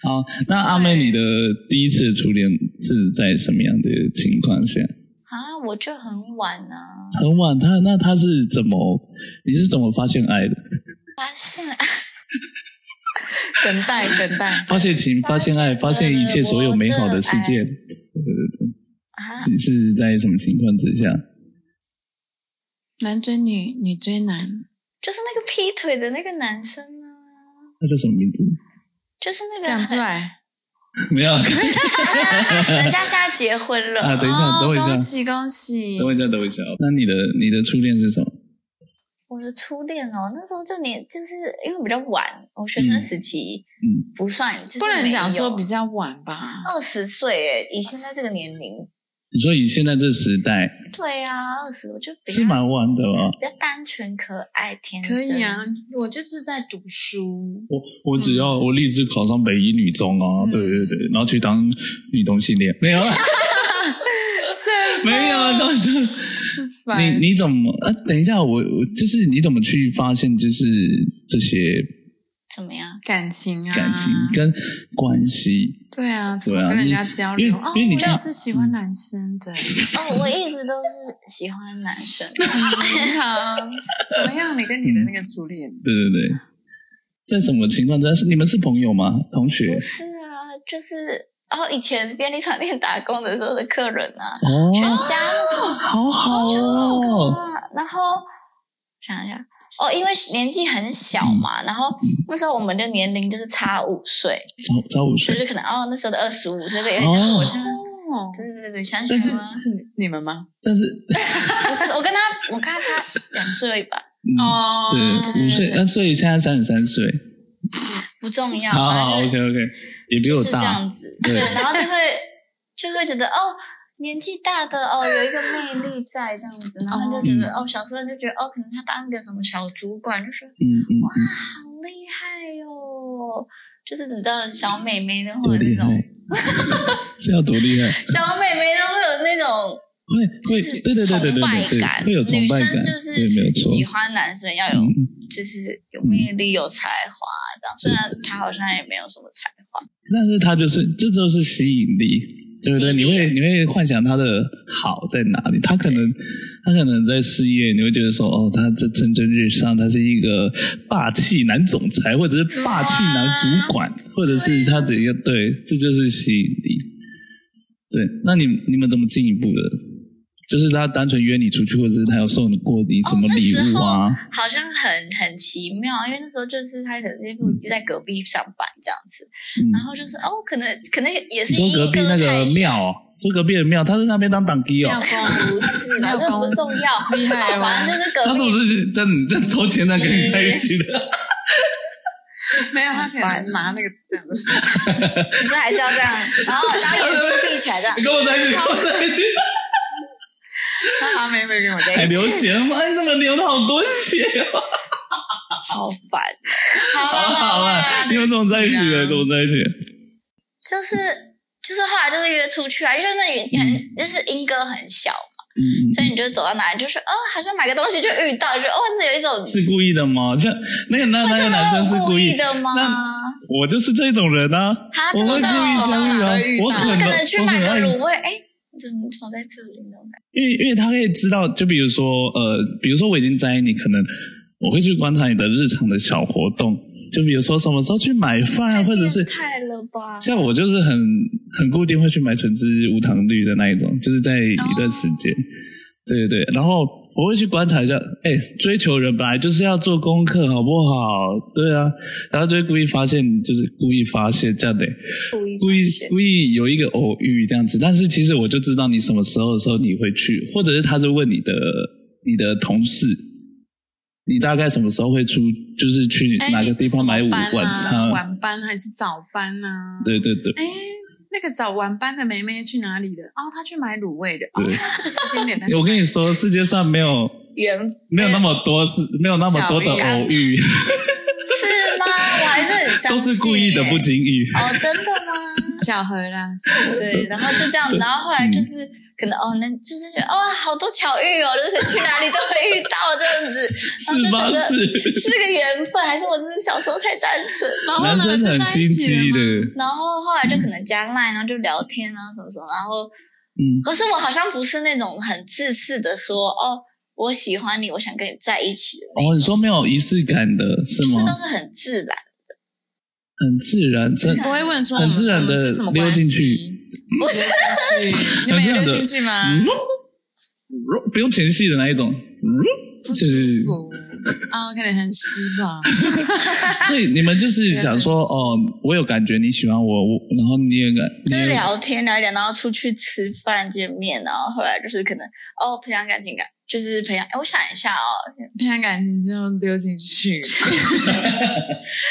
[SPEAKER 1] 好，那阿妹，
[SPEAKER 3] 对
[SPEAKER 1] 你的第一次初恋是在什么样的情况下？
[SPEAKER 2] 啊，我就很晚啊，
[SPEAKER 1] 很晚，他那他是怎么？你是怎么发现爱的？
[SPEAKER 2] 发现啊
[SPEAKER 3] 等待，等待。
[SPEAKER 1] 发现情，发现爱，发现一切所有美好的世界。
[SPEAKER 2] 啊，
[SPEAKER 1] 你是在什么情况之下？
[SPEAKER 3] 男追女，女追男，
[SPEAKER 2] 就是那个劈腿的那个男生啊，
[SPEAKER 1] 他叫什么名字？
[SPEAKER 2] 就是那个
[SPEAKER 3] 讲出
[SPEAKER 2] 很，
[SPEAKER 3] 来
[SPEAKER 1] 没有
[SPEAKER 2] 人家现在结婚了，
[SPEAKER 1] 啊？等一下，等
[SPEAKER 3] 哦
[SPEAKER 1] 我一
[SPEAKER 3] 恭
[SPEAKER 1] 下，
[SPEAKER 3] 喜恭喜
[SPEAKER 1] 等！我一下，等我一下。 那你的你的初恋是什么？
[SPEAKER 2] 我的初恋哦，那时候这年就是因为比较晚，我学生时期
[SPEAKER 1] 嗯
[SPEAKER 2] 不算，就是
[SPEAKER 3] 不能讲说
[SPEAKER 2] 没有
[SPEAKER 3] 比较晚吧，
[SPEAKER 2] 二十岁诶，以现在这个年龄，
[SPEAKER 1] 你说以现在这时代
[SPEAKER 2] 对啊，二十我就比较
[SPEAKER 1] 是蛮晚的哦。
[SPEAKER 2] 比较单纯、可爱、天真。
[SPEAKER 3] 可以啊，我就是在读书。
[SPEAKER 1] 我我只要我立志考上北一女中啊，
[SPEAKER 3] 嗯
[SPEAKER 1] 对对对，然后去当女同性恋，没有 啊
[SPEAKER 3] 什么
[SPEAKER 1] 没有啊，当 时你你怎么啊？等一下，我我就是你怎么去发现就是这些
[SPEAKER 2] 怎么样？
[SPEAKER 3] 感情啊，
[SPEAKER 1] 感情跟关系？
[SPEAKER 3] 对啊，怎
[SPEAKER 1] 对
[SPEAKER 3] 么
[SPEAKER 1] 啊
[SPEAKER 3] 跟人家
[SPEAKER 1] 因为
[SPEAKER 3] 交
[SPEAKER 1] 因
[SPEAKER 3] 流？
[SPEAKER 1] 为
[SPEAKER 3] 哦，
[SPEAKER 1] 因为你
[SPEAKER 3] 我
[SPEAKER 1] 看嗯
[SPEAKER 3] 就是喜欢男生， 对，
[SPEAKER 2] 哦，我一直都是喜欢男 生，啊
[SPEAKER 3] 很好。怎么样？你跟你的
[SPEAKER 1] 嗯
[SPEAKER 3] 那个初恋？
[SPEAKER 1] 对对对，在什么情况下？是你们是朋友吗？同学
[SPEAKER 2] 不？是啊，就是哦，以前便利商店打工的时候的客人啊，
[SPEAKER 1] 哦，
[SPEAKER 2] 全家
[SPEAKER 1] 好好哦，
[SPEAKER 2] 啊，然后想一下。哦，因为年纪很小
[SPEAKER 1] 嗯
[SPEAKER 2] 嘛，然后那时候我们的年龄就是差五岁，
[SPEAKER 1] 早早午睡
[SPEAKER 2] 所以就可能哦，那时候的二十五岁，对，
[SPEAKER 1] 哦
[SPEAKER 2] 我现在
[SPEAKER 3] 哦，
[SPEAKER 2] 对对对对，想
[SPEAKER 1] 但
[SPEAKER 2] 想
[SPEAKER 1] 是
[SPEAKER 2] 吗？
[SPEAKER 3] 是你们吗？
[SPEAKER 1] 但是
[SPEAKER 2] 不是，我跟他，我跟他差两岁吧，
[SPEAKER 1] 嗯，
[SPEAKER 3] 哦，
[SPEAKER 1] 对，五岁，那啊所以现在三十三岁，
[SPEAKER 2] 不重要。
[SPEAKER 1] 好好
[SPEAKER 2] 反
[SPEAKER 1] ，OK
[SPEAKER 2] 正
[SPEAKER 1] OK，也比
[SPEAKER 2] 就
[SPEAKER 1] 我
[SPEAKER 2] 是这
[SPEAKER 1] 大，
[SPEAKER 2] 样子，
[SPEAKER 1] 对
[SPEAKER 2] 对，然后就会就会觉得哦，年纪大的哦，有一个魅力在这样子，然后就觉
[SPEAKER 1] 嗯
[SPEAKER 2] 得哦小时候就觉得哦，可能他当个什么小主管，就说
[SPEAKER 1] 嗯嗯嗯，
[SPEAKER 2] 好厉害哟、就是你知道小美眉都
[SPEAKER 1] 多
[SPEAKER 2] 会
[SPEAKER 1] 嗯
[SPEAKER 2] 有那
[SPEAKER 1] 厉害
[SPEAKER 2] 种，
[SPEAKER 1] 是要多厉害，
[SPEAKER 2] 小美眉都会有那种
[SPEAKER 1] 会
[SPEAKER 2] 就
[SPEAKER 1] 会，
[SPEAKER 2] 是
[SPEAKER 1] 对对对对
[SPEAKER 2] 崇拜
[SPEAKER 1] 对对
[SPEAKER 2] 感，
[SPEAKER 1] 对，会有崇
[SPEAKER 2] 女
[SPEAKER 1] 拜
[SPEAKER 2] 生
[SPEAKER 1] 感，
[SPEAKER 2] 就是
[SPEAKER 1] 对，没有错，
[SPEAKER 2] 喜欢男生要有
[SPEAKER 1] 嗯
[SPEAKER 2] 就是有魅力、有才华这样，虽然他好像也没有什么才华，
[SPEAKER 1] 但是它就是这就是吸引力，对不对？
[SPEAKER 2] 吸
[SPEAKER 1] 你
[SPEAKER 2] 引力啊
[SPEAKER 1] 会你会幻想它的好在哪里？他可能他可能在事业，你会觉得说哦，他这蒸蒸日上，他是一个霸气男总裁，或者是霸气男主管，
[SPEAKER 2] 啊
[SPEAKER 1] 或者是他怎样？对，这就是吸引力。对，那你你们怎么进一步的？就是他单纯约你出去，或者是他有送你过你什么
[SPEAKER 2] 哦那时
[SPEAKER 1] 礼物啊？
[SPEAKER 2] 好像很很奇妙，因为那时候就是他可能就在隔壁上班这样子，
[SPEAKER 1] 嗯
[SPEAKER 2] 然后就是哦，可能可能也是
[SPEAKER 1] 你说
[SPEAKER 2] 一
[SPEAKER 1] 隔壁那
[SPEAKER 2] 太
[SPEAKER 1] 个
[SPEAKER 2] 小
[SPEAKER 1] 庙哦，说隔壁的庙，他在那边当党基哦。
[SPEAKER 3] 妙
[SPEAKER 2] 不是啦，
[SPEAKER 3] 庙
[SPEAKER 2] 这
[SPEAKER 3] 公呃
[SPEAKER 2] 不重要，
[SPEAKER 3] 厉害哦
[SPEAKER 2] 反正就是隔
[SPEAKER 1] 他是不
[SPEAKER 2] 壁
[SPEAKER 1] 是在你在抽钱那跟你在一起的？
[SPEAKER 3] 没有，他可能拿那个这样子。
[SPEAKER 2] 你说还是要这样，然后然后眼睛闭起来这样
[SPEAKER 1] 你，跟我在一起，跟我在一起，
[SPEAKER 3] 阿妹妹跟我在
[SPEAKER 1] 还
[SPEAKER 3] 一起，
[SPEAKER 1] 流血吗？你怎么流了好多血啊？
[SPEAKER 2] 好烦。
[SPEAKER 1] 好 好啊，你们怎么在一起的？怎么在一起？
[SPEAKER 2] 就是就是后来就是约出去啊，因为那也很、就是英哥很小嘛，
[SPEAKER 1] 嗯，
[SPEAKER 2] 所以你就走到哪里就是哦，好像买个东西就遇到，就哦，这有一种
[SPEAKER 1] 是故意的吗？这那个那那个男生是
[SPEAKER 2] 故
[SPEAKER 1] 故意，
[SPEAKER 2] 的吗？
[SPEAKER 1] 那我就是这种人啊，
[SPEAKER 2] 他
[SPEAKER 1] 我会
[SPEAKER 2] 走
[SPEAKER 1] 故意
[SPEAKER 2] 到
[SPEAKER 1] 相遇
[SPEAKER 3] 走到哪
[SPEAKER 1] 啊
[SPEAKER 3] 都遇，到
[SPEAKER 1] 我
[SPEAKER 2] 就
[SPEAKER 1] 可
[SPEAKER 2] 是可能
[SPEAKER 1] 能
[SPEAKER 2] 去
[SPEAKER 1] 我
[SPEAKER 2] 买
[SPEAKER 1] 可
[SPEAKER 2] 个
[SPEAKER 1] 能
[SPEAKER 2] 卤味，哎，怎么藏在这里呢？
[SPEAKER 1] 因为因为他会知道，就比如说呃，比如说我已经在意你，可能我会去观察你的日常的小活动，就比如说什么时候去买饭，啊或者是
[SPEAKER 2] 太变态了吧？
[SPEAKER 1] 像我就是很很固定会去买橙汁无糖绿的那一种，就是在一段时间，
[SPEAKER 3] 哦
[SPEAKER 1] 对对对，然后我会去观察一下，哎，追求人本来就是要做功课，好不好？对啊，然后就会故意发现，就是故意发现这样的，故意故意有一个偶遇这样子，但是其实我就知道你什么时候的时候你会去，或者是他是问你的你的同事。你大概什么时候会出？就是去
[SPEAKER 3] 哎
[SPEAKER 1] 哪个
[SPEAKER 3] 你是
[SPEAKER 1] 地方买
[SPEAKER 3] 什
[SPEAKER 1] 午
[SPEAKER 3] 么班啊
[SPEAKER 1] 晚餐？
[SPEAKER 3] 晚班还是早班呢？
[SPEAKER 1] 对对对，
[SPEAKER 3] 哎，那个早晚班的妹妹去哪里了？哦，她去买卤味的。哦
[SPEAKER 1] 对，
[SPEAKER 3] 这个时间点她去 买，
[SPEAKER 1] 我跟你说，世界上没有
[SPEAKER 2] 原
[SPEAKER 1] 没有那么多是没有那么多的偶遇，
[SPEAKER 2] 是吗？我还是很相
[SPEAKER 1] 都
[SPEAKER 2] 信
[SPEAKER 1] 是故意的，
[SPEAKER 2] 哎
[SPEAKER 1] 不经意。
[SPEAKER 2] 哦，真的吗？
[SPEAKER 3] 巧合啦，
[SPEAKER 2] 对，然后就这样，然后后来
[SPEAKER 1] 嗯
[SPEAKER 2] 就是、可能哦，那就是觉得哦，好多巧遇哦，就是去哪里都会遇到这样子，
[SPEAKER 1] 是
[SPEAKER 2] 然
[SPEAKER 1] 吧？
[SPEAKER 2] 后就觉得
[SPEAKER 1] 是，
[SPEAKER 2] 是个缘分，还是我真的小时候太单纯了。
[SPEAKER 3] 然后
[SPEAKER 1] 男
[SPEAKER 3] 呢，
[SPEAKER 1] 生
[SPEAKER 3] 就
[SPEAKER 1] 很
[SPEAKER 3] 在一
[SPEAKER 1] 心机
[SPEAKER 3] 起
[SPEAKER 1] 的
[SPEAKER 3] 了吗。，
[SPEAKER 2] 然后后来就可能加 line，然后就聊天啊什么什么，然后
[SPEAKER 1] 嗯，
[SPEAKER 2] 可是我好像不是那种很自私的说哦，我喜欢你，我想跟你在一起的那种，
[SPEAKER 1] 哦，你说没有仪式感的是
[SPEAKER 2] 就是都
[SPEAKER 1] 吗？
[SPEAKER 2] 是很自然，
[SPEAKER 1] 很自然，真
[SPEAKER 3] 不会问说
[SPEAKER 1] 很
[SPEAKER 3] 我们
[SPEAKER 1] 自然地
[SPEAKER 3] 我们是什么关
[SPEAKER 1] 溜进
[SPEAKER 3] 系
[SPEAKER 1] 去，
[SPEAKER 3] 溜进去，你们有
[SPEAKER 1] 很自然地嗯
[SPEAKER 3] 溜进去吗？
[SPEAKER 1] 嗯不用前戏的那一种，嗯
[SPEAKER 3] 不舒
[SPEAKER 1] 是
[SPEAKER 3] 服啊，我可能很失望。
[SPEAKER 1] 所以你们就是想说，
[SPEAKER 3] 原来是
[SPEAKER 1] 哦，我有感觉你喜欢我，我然后你也感，你
[SPEAKER 2] 就是
[SPEAKER 1] 也
[SPEAKER 2] 聊天聊一聊，然后出去吃饭见面，然后后来就是可能哦培养感情感，就是培养。哎，我想一下哦，
[SPEAKER 3] 培养感情就丢进去，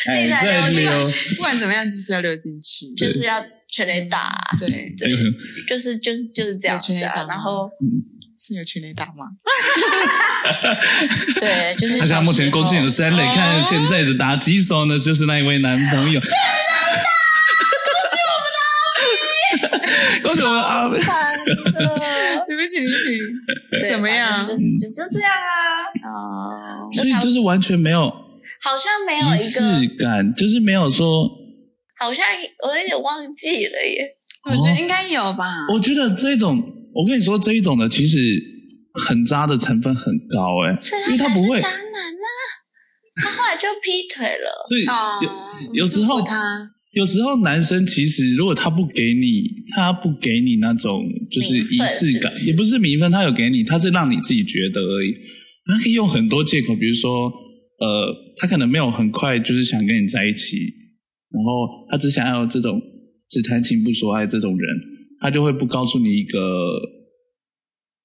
[SPEAKER 1] 哎
[SPEAKER 2] 内在
[SPEAKER 1] 在
[SPEAKER 2] 聊
[SPEAKER 1] 溜
[SPEAKER 2] 天
[SPEAKER 3] 不管怎么样就是要溜进去。
[SPEAKER 1] 对
[SPEAKER 2] 就是要全垒打，
[SPEAKER 3] 对，
[SPEAKER 1] 哎呦
[SPEAKER 2] 就是就是就是这样
[SPEAKER 3] 有全
[SPEAKER 2] 子
[SPEAKER 3] 垒打
[SPEAKER 2] 啊。
[SPEAKER 3] 吗
[SPEAKER 2] 然 后
[SPEAKER 3] 是有群内打吗？
[SPEAKER 2] 对， 就是
[SPEAKER 1] 大家目前攻进了三垒，
[SPEAKER 3] 哦
[SPEAKER 1] 看现在的打击手呢，就是那一位男朋友。 恭喜我们 阿贝！
[SPEAKER 2] 了，
[SPEAKER 3] 对不起，对不起，
[SPEAKER 2] 对
[SPEAKER 3] 怎么样
[SPEAKER 2] 反正就就就这样啊，
[SPEAKER 3] 啊，
[SPEAKER 1] 所以就是完全没有
[SPEAKER 2] 好像没有
[SPEAKER 1] 仪
[SPEAKER 2] 一
[SPEAKER 1] 式
[SPEAKER 2] 个，
[SPEAKER 1] 感，就是没有说。
[SPEAKER 2] 好像我有点忘记了耶。
[SPEAKER 3] 我觉得应该有吧。
[SPEAKER 1] 我觉得这种，我跟你说，这一种的其实很渣的成分很高哎、
[SPEAKER 2] 所以
[SPEAKER 1] 因为他
[SPEAKER 2] 才
[SPEAKER 1] 不会
[SPEAKER 2] 是渣男啊，他后来就劈腿了。
[SPEAKER 1] 所以
[SPEAKER 3] 哦
[SPEAKER 1] 有有时候
[SPEAKER 3] 祝福他
[SPEAKER 1] 有时候男生其实如果他不给你，他不给你那种就是仪式感
[SPEAKER 2] 名分是不，是
[SPEAKER 1] 也不是名分，他有给你，他是让你自己觉得而已。他可以用很多借口，比如说，呃，他可能没有很快就是想跟你在一起，然后他只想要有这种只谈情不说爱这种人，他就会不告诉你一个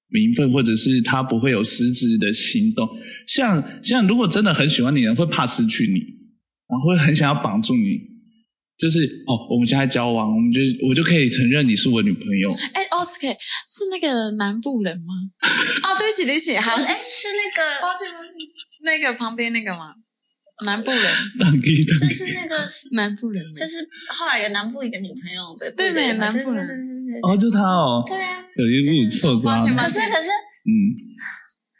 [SPEAKER 1] 名分，或者是他不会有实质的行动。像像如果真的很喜欢你的人，会怕失去你，然后会很想要绑住你。就是哦，我们现在交往，我们就我就可以承认你是我女朋友。
[SPEAKER 3] 哎，Oscar 是那个南部人吗？ 哦，对不起，对不起，好，
[SPEAKER 2] 哎，
[SPEAKER 3] 抱歉，
[SPEAKER 2] 是那 个，
[SPEAKER 3] 抱歉，那个旁边那个吗？南部人，
[SPEAKER 1] 让给让
[SPEAKER 2] 就是
[SPEAKER 1] 给
[SPEAKER 2] 那个，
[SPEAKER 3] 南部人，
[SPEAKER 2] 就是后来有南部一个女朋友被
[SPEAKER 3] 对
[SPEAKER 2] 被
[SPEAKER 3] 对南部人
[SPEAKER 2] 对对对对
[SPEAKER 1] 哦，就他哦，
[SPEAKER 2] 对啊。
[SPEAKER 1] 有一股错
[SPEAKER 3] 抱
[SPEAKER 1] 招。
[SPEAKER 3] 歉抱
[SPEAKER 2] 可
[SPEAKER 3] 歉
[SPEAKER 2] 是可是
[SPEAKER 1] 嗯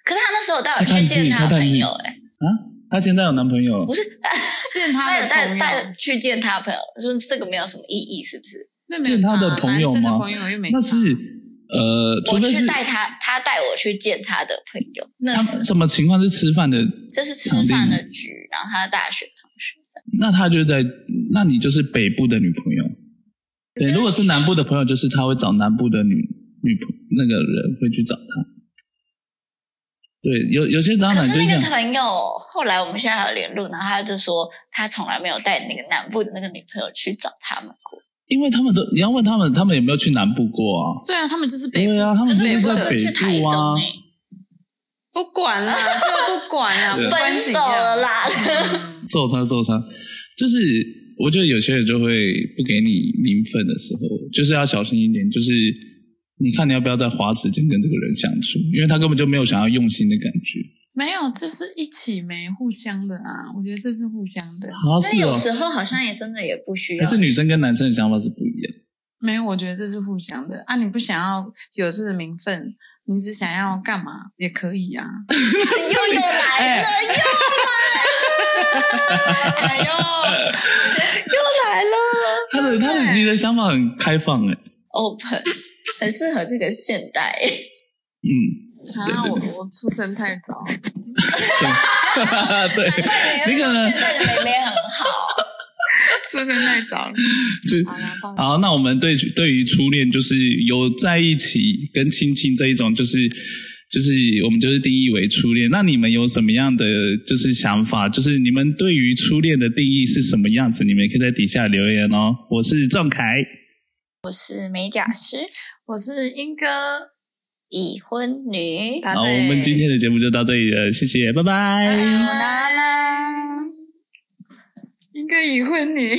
[SPEAKER 2] 可是他那时候带我去见
[SPEAKER 1] 他
[SPEAKER 2] 的
[SPEAKER 1] 带你
[SPEAKER 2] 朋友，哎，
[SPEAKER 1] 啊，他现在有男朋友
[SPEAKER 2] 不，是，
[SPEAKER 3] 见他
[SPEAKER 2] 他
[SPEAKER 3] 的
[SPEAKER 2] 有带
[SPEAKER 3] 朋
[SPEAKER 2] 带
[SPEAKER 3] 友
[SPEAKER 2] 我，去见他的朋友，说这个没有什么意义，是不是？
[SPEAKER 3] 那没有
[SPEAKER 1] 见他的
[SPEAKER 3] 差啊
[SPEAKER 1] 朋
[SPEAKER 3] 男
[SPEAKER 1] 友
[SPEAKER 3] 生的
[SPEAKER 1] 吗
[SPEAKER 3] 朋友又没
[SPEAKER 1] 那
[SPEAKER 3] 差
[SPEAKER 1] 是呃，除
[SPEAKER 2] 我
[SPEAKER 1] 非
[SPEAKER 2] 去
[SPEAKER 1] 是
[SPEAKER 2] 带他，他带我去见他的朋友，那
[SPEAKER 1] 他
[SPEAKER 2] 是
[SPEAKER 1] 什么情况是吃饭的？
[SPEAKER 2] 这是吃饭的局，然后他的大学同学这样。
[SPEAKER 1] 那他就在，那你就是北部的女朋友。对，
[SPEAKER 2] 就是
[SPEAKER 1] 如果是南部的朋友，就是他会找南部的女女朋那个人会去找他。对，有有些渣
[SPEAKER 2] 可
[SPEAKER 1] 男就是这
[SPEAKER 2] 那个
[SPEAKER 1] 样，
[SPEAKER 2] 朋友后来我们现在还有联络，然后他就说他从来没有带那个南部的那个女朋友去找他们过。
[SPEAKER 1] 因为他们都你要问他们，他们有没有去南部过啊？
[SPEAKER 3] 对啊，他们就是北部
[SPEAKER 1] 对啊，他
[SPEAKER 2] 可
[SPEAKER 1] 们
[SPEAKER 2] 是
[SPEAKER 1] 就
[SPEAKER 2] 我
[SPEAKER 1] 在
[SPEAKER 2] 这次去台
[SPEAKER 1] 北部
[SPEAKER 2] 中
[SPEAKER 1] 啊。
[SPEAKER 2] 哎、
[SPEAKER 3] 不管 啦，这不管啦，
[SPEAKER 1] 对啊
[SPEAKER 3] 不管
[SPEAKER 2] 分
[SPEAKER 3] 怎
[SPEAKER 2] 手了
[SPEAKER 3] 样。
[SPEAKER 2] 啦。
[SPEAKER 3] 嗯
[SPEAKER 1] 揍他揍他，就是我觉得有些人就会不给你名分的时候，就是要小心一点，就是你看你要不要再花时间跟这个人相处，因为他根本就没有想要用心的感觉。
[SPEAKER 3] 没有，就是一起没互相的啊，我觉得这是互相的。
[SPEAKER 1] 啊，
[SPEAKER 2] 但
[SPEAKER 1] 是哦
[SPEAKER 2] 有，时候好像也真的也不需
[SPEAKER 1] 可
[SPEAKER 2] 要
[SPEAKER 1] 是。女生跟男生的想法是不一样。
[SPEAKER 3] 没有，我觉得这是互相的啊。你不想要有这个名分，你只想要干嘛也可以啊。
[SPEAKER 2] 又 又来
[SPEAKER 1] 哎
[SPEAKER 2] 了，又 来了，哎呦，又 来了
[SPEAKER 1] 他的他的你的想法很开放哎，
[SPEAKER 2] ，open，很哦适合这个现代。
[SPEAKER 1] 嗯， 对
[SPEAKER 3] 啊，
[SPEAKER 1] 对
[SPEAKER 3] 我我出生太早，
[SPEAKER 1] 对，你可能
[SPEAKER 2] 现在的妹妹很好，
[SPEAKER 3] 出生太早了。
[SPEAKER 1] 这
[SPEAKER 3] 好啦，抱歉
[SPEAKER 1] 好，那我们对对于初恋，就是有在一起跟亲亲这一种，就是就是我们就是定义为初恋。那你们有什么样的就是想法？就是你们对于初恋的定义是什么样子？你们也可以在底下留言哦。我是仲凯，
[SPEAKER 2] 是美甲师，
[SPEAKER 3] 我是英哥。
[SPEAKER 2] 已婚女，
[SPEAKER 3] 啊
[SPEAKER 1] 好，
[SPEAKER 3] 对
[SPEAKER 1] 我们今天的节目就到这里了，谢谢，拜拜。
[SPEAKER 2] 啦啦。
[SPEAKER 3] 英哥已婚女。